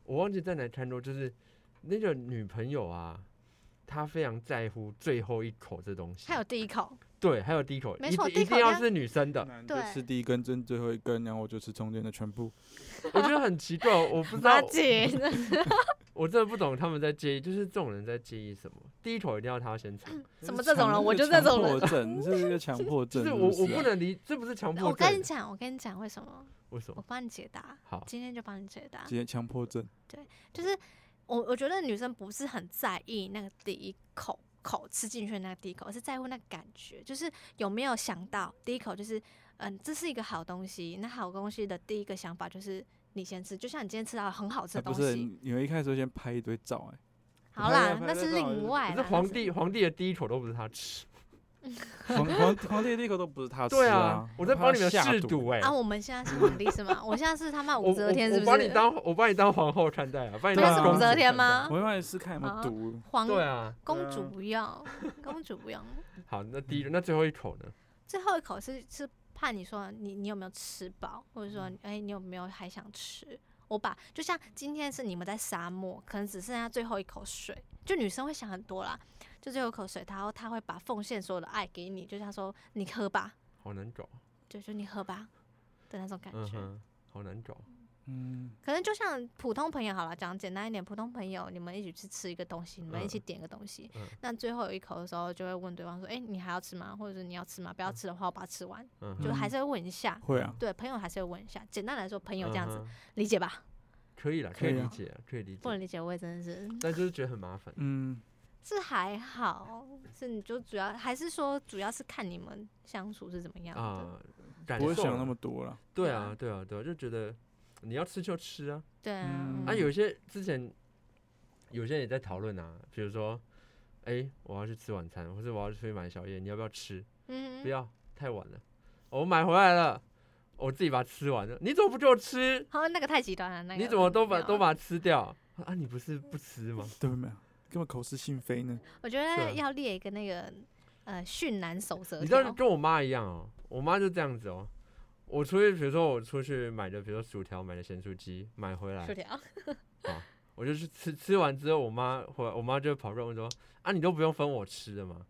E: 我忘记在哪看过，就是那个女朋友啊，她非常在乎最后一口这东西。
F: 还有第一口，
E: 对，还有第一口，
F: 没
E: 一
F: 错
E: 定
F: 第一
E: 一
F: 口
E: 定要
F: 要
E: 是女生的，
D: 男
F: 对
D: 就吃第一根，真最后一根，然后我就吃中间的全部。
F: (laughs)
E: 我觉得很奇怪，我不知道
F: 马，姐，
E: 我真的不懂他们在介意，就是这种人在介意什么？第一头一定要他先唱，
F: 怎么这种人我就
D: 这
F: 这种人
D: 强迫症，这是一个强迫
E: (laughs)
D: 症。
E: 就是我
D: 是啊
E: 我
D: 是
E: 不能理，这不是强迫症。
F: 我跟你讲，我跟你讲为什么，
E: 为什
F: 我
E: 么？
F: 帮你解答，
E: 好，
F: 今天就帮你解答，
D: 今天强迫症，
F: 就是我我觉得女生不是很在意那个第一口口吃进去的那个第一口，而是在乎那个感觉，就是有没有想到第一口就是嗯，这是一个好东西，那好东西的第一个想法就是。你先吃，就像你今天吃到了很好吃
D: 哎
F: 的东
D: 不是
F: 西，
D: 你们一开始会先拍一堆照，
E: (laughs)
D: 哎，
F: 好
D: 拍
F: 啦
D: 了，拍
F: 那
D: 了
F: 是
D: 照了
F: 另外
E: 可是
F: 啦。那
E: 皇帝皇帝的第一口都不是他吃，
F: (laughs)
D: 皇皇皇帝第一口都不是他吃
E: 对
D: 啊
E: 啊，，我在
D: 他
E: 帮你们
D: 下
E: 试
D: 毒
E: 毒哎、
F: 啊，我们现在是皇帝是吗？我现在是他妈
E: 我
F: 武
E: 我
F: 则天是
E: 我
F: 不
E: 把你
F: 是？
E: 当我把你当皇后看待啊，把你
F: 不
D: 对
E: 当
D: 啊
F: 是
E: 公
F: 武
E: 主
F: 则
E: 看
F: 天
E: 待？
F: 吗？
D: 我让你试看有没有
F: 啊
D: 毒。
F: 皇
E: 对啊，
F: 公主不要，公主不要。
E: 好，那第
F: 嗯
E: 一那最后一口呢？
F: 最后一口是是怕你说你你有没有吃饱，或者说
E: 嗯
F: 哎、你有没有还想吃？我把就像今天是你们在沙漠，可能只剩下最后一口水，就女生会想很多啦，就最后一口水，然后她会把奉献所有的爱给你，就像说你喝吧，
E: 好难找，
F: 就就你喝吧的那种感
E: 嗯
F: 觉。
E: 哼，好难找。
D: 嗯，
F: 可能就像普通朋友好了，讲简单一点，普通朋友你们一起去吃一个东西，你们一起点个东西，
E: 嗯
F: 那最后有一口的时候就会问对方说：“哎、你还要吃吗？”或者是“你要吃吗？”不要吃的话，我把它吃完，
E: 嗯
F: 就
E: 哼，
F: 还是会问一下。
D: 会啊，
F: 对，朋友还是会问一下。简单来说，朋友这样子、
E: 嗯哼
F: 理解吧？
E: 可以了，
D: 可
E: 可以
D: 以啊
E: 理解啊，可以理
F: 不能
E: 解，
F: 理解，我也真的是
E: 但就是觉得很麻烦。
D: 嗯，
F: 是还好，是你就主要还是说主要是看你们相处是怎么样的。
E: 啊，感
D: 不
E: 受
D: 会想那
E: 啦
D: 么多了。
E: 对
F: 对
E: 啊
F: 啊，
E: 对啊，对啊，就觉得你要吃就吃啊。
F: 对啊，
D: 嗯
E: 啊，有些之前有些人也在讨论啊，比如说，哎、我要去吃晚餐，或者我要出去买宵夜，你要不要吃？
F: 嗯
E: 不，要，太晚了。哦我买回来了，我自己把它吃完了。你怎么不给我吃？
F: 好，那个太极端了。那个
E: 你怎么都把
F: 没有
E: 都把它吃掉？啊，你不是不吃吗？
D: 对没有，根本口是心非呢。
F: 我觉
E: 是啊
F: 得要列一个那个呃驯男守则
E: 你知道
F: 条。
E: 跟我妈一样哦，我妈就这样子哦。我出去，比如说我出去买的，比如说薯条，买的咸酥鸡，买回来
F: 薯，条，
E: 我就去吃，吃完之后，我妈回来，我妈就跑过来问说：“啊，你都不用分我吃的吗？”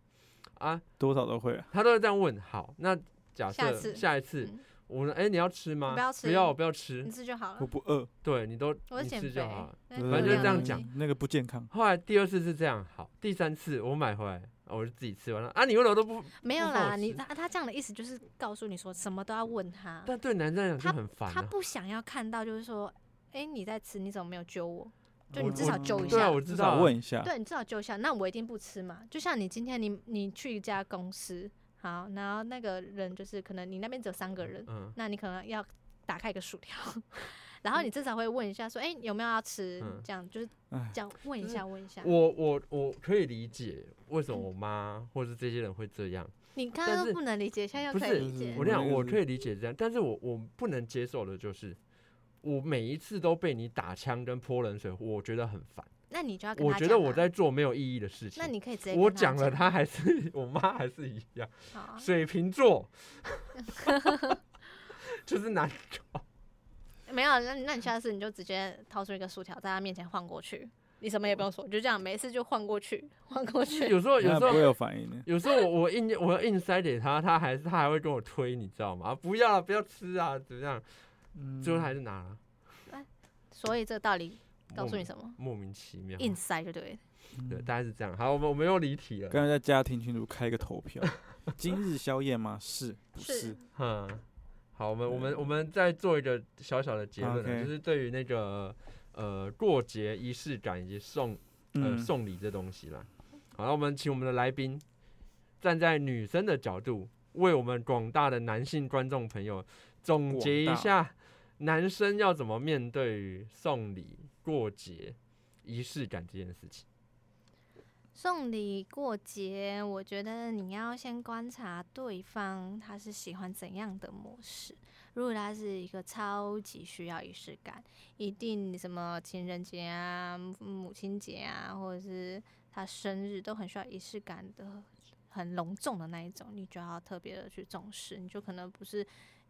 E: 啊，
D: 多少都会啊。
E: 她都会这样问。好，那假
F: 下
E: 设
F: 次
E: 下一次
F: 嗯
E: 我说：“哎、你要吃吗？”
F: 不要吃
E: 不要，我不要吃
F: 你。吃就好
D: 我
F: 了。
D: 不饿，
E: 对你都
F: 我
E: 你
F: 是减
E: 吃
F: 肥嗯
E: 就好了。，
F: 但是
E: 啊哎反正就是
F: 热
E: 这样
F: 量
E: 讲
F: 低，
D: 那个不健康。
E: 后来第二次是这样，好，第三次我买回来，啊我就自己吃完了。啊，你为什么都不？
F: 没有
E: 不好
F: 啦。你
E: 吃
F: 他他这样的意思就是告诉你说什么都要问他，
E: 但对男生来讲就很烦
F: 他
E: 啊。
F: 不想要看到就是说，哎，你在吃，你怎么没有揪我？就你
D: 我
F: 至少
D: 我
F: 揪一
E: 对啊，
F: 下，
E: 我
D: 至
E: 知道
D: 少
E: 啊。
D: 问一下。
F: 对你至少揪一下。那我一定不吃嘛。就像你今天你你去一家公司，好，然后那个人就是可能你那边只有三个人，
E: 嗯
F: 那你可能要打开一个薯条， (laughs) 然后你至少会问一下说，哎，有没有要吃
E: 嗯？
F: 这样就是
D: 哎，
F: 这样嗯问一下问一下。
E: 我我我可以理解为什么我妈或是这些人会这样，
F: 你刚
E: 但
F: 刚
E: 是
F: 都不能理解，现在又
E: 不
F: 可
E: 是
F: 以理解
E: 我。跟
D: 我
E: 你讲，
D: 那个
E: 我
D: 是
E: 可以理解这样，但是我我不能接受的就是，我每一次都被你打枪跟泼冷水，我觉得很烦。
F: 那你就要跟
E: 我
F: 他
E: 觉
F: 讲
E: 得我
F: 啊，
E: 在做没有意义的事情。
F: 那你可以直接
E: 我
F: 跟他
E: 讲了，
F: 讲
E: 他还是我妈还是一样，
F: 好啊
E: 水瓶
F: (laughs)
E: 座，就是难搞。
F: 没有，那那你下次你就直接掏出一个薯条，在他面前晃过去，你什么也不用
E: 嗯
F: 说，就这样，没事就晃过去， (laughs) 晃过
E: (laughs)
F: 去。
E: 有时候有
D: 那
E: 时
D: 不会
E: 候
D: 有反应的。
E: 有时候我我硬我要硬塞给他，他还他还会跟我推，你知道吗？啊不要了，不要吃啊，怎么样？
D: 嗯
E: 最后还是拿了，
F: 所以这个道理告
E: 莫
F: 诉你
E: 名
F: 什么，
E: 莫名其妙。
F: 硬塞就对了。
E: 对，
D: 嗯
E: 大概是这样。好，我们我们又离题了。
D: 刚才在家庭群组开一个投 (laughs) 票，今日宵夜吗？是不
F: 是
D: 是？
E: 嗯，好，我们我们
D: 对
E: 我们再做一个小小的结论啊，
D: OK
E: 就是对于那个呃过节仪式感以及送呃
D: 嗯，
E: 送礼这东西啦。好，那我们请我们的来宾站在女生的角度，为我们广大的男性观众朋友总结一
D: 广大
E: 下，男生要怎么面对于送礼、过节、仪式感这件事情。
F: 送礼过节，我觉得你要先观察对方他是喜欢怎样的模式。如果他是一个超级需要仪式感，一定什么情人节啊、母亲节啊，或者是他生日都很需要仪式感的、很隆重的那一种，你就要特别的去重视。你就可能不是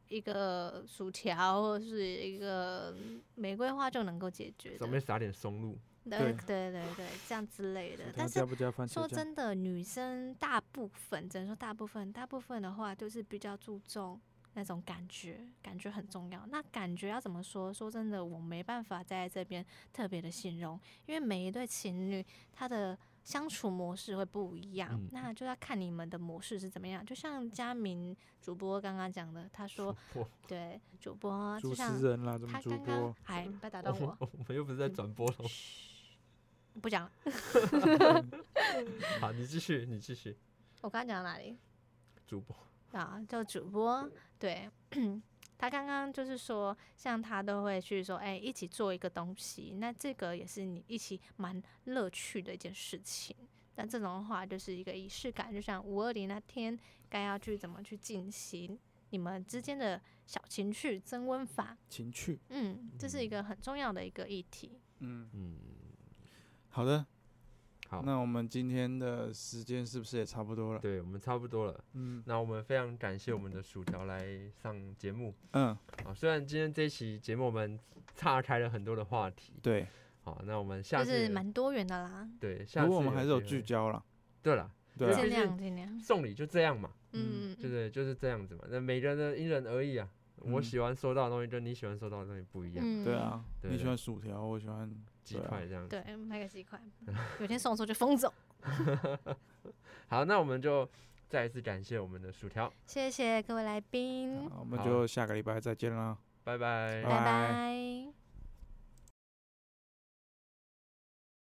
F: 一个薯条或者是一个玫瑰花就能够解决
E: 上面
F: 的。
E: 撒点松露，
F: 对对对对，这样之类的。但是
D: 加不加番
F: 说
D: 茄酱？
F: 真的，女生大部分只能说大部分，大部分的话就是比较注重那种感觉，感觉很重要。那感觉要怎么说？说真的，我没办法在这边特别的形容，因为每一对情侣他的相处模式会不一样，
E: 嗯
F: 那就要看你们的模式是怎么样。就像佳明主播刚刚讲的，
D: (laughs)
E: (laughs)
F: 他说
E: 播，
F: 对主播，
D: 主
F: 啊就像
D: 持人啦，怎么
F: 他
D: 主
F: 刚刚
D: 播？ (laughs)
F: 哎，不要打
E: 我
F: 断
E: 们
F: 我，
E: 我们又不是在转播了
F: 嘘，不讲了。
E: (laughs) 好，你继续，你继续，
F: 我刚刚讲到哪里？
E: 主播，
F: 啊，叫主播，对， (clears throat) 他刚刚就是说，像他都会去说，哎、一起做一个东西，那这个也是你一起蛮乐趣的一件事情。那这种的话，就是一个仪式感，就像五二零那天该要去怎么去进行你们之间的小情趣增温法，
D: 情趣，
F: 嗯，这是一个很重要的一个议题。
D: 嗯，
E: 嗯，
D: 好的，
E: 好，
D: 那我们今天的时间是不是也差不多了？
E: 对我们差不多了。
D: 嗯
E: 那我们非常感谢我们的薯条来上节目
D: 嗯，
E: 啊，虽然今天这一期节目我们岔开了很多的话题，
D: 对，
E: 好，那我们下
F: 就
E: 次
F: 是蛮多元的啦，
E: 对，下
D: 不
E: 次
D: 过我们还是有
E: 机
D: 聚
E: 会。
D: 焦了，
E: 对了，
D: 对啊
E: 就
F: 尽
E: 是
F: 量尽量，
E: 送礼就这样嘛，
D: 嗯
F: 嗯，
E: 对对，就是这样子嘛。那每个人的因人而异啊，我
D: 嗯
E: 喜欢收到的东西跟你喜欢收到的东西不一样，
F: 嗯，
D: 对，啊，
E: 对
D: 你
E: 对
D: 喜欢薯条，我喜欢
E: 几
D: 对啊
E: 块这样子。
F: 对，买个几块，有天送的时候就封走。
E: 好，那我们就再一次感谢我们的薯条，
F: 谢谢各位来宾，
D: 好我们
E: 好
D: 就下个礼拜再见啦。
E: 拜拜
F: 拜拜。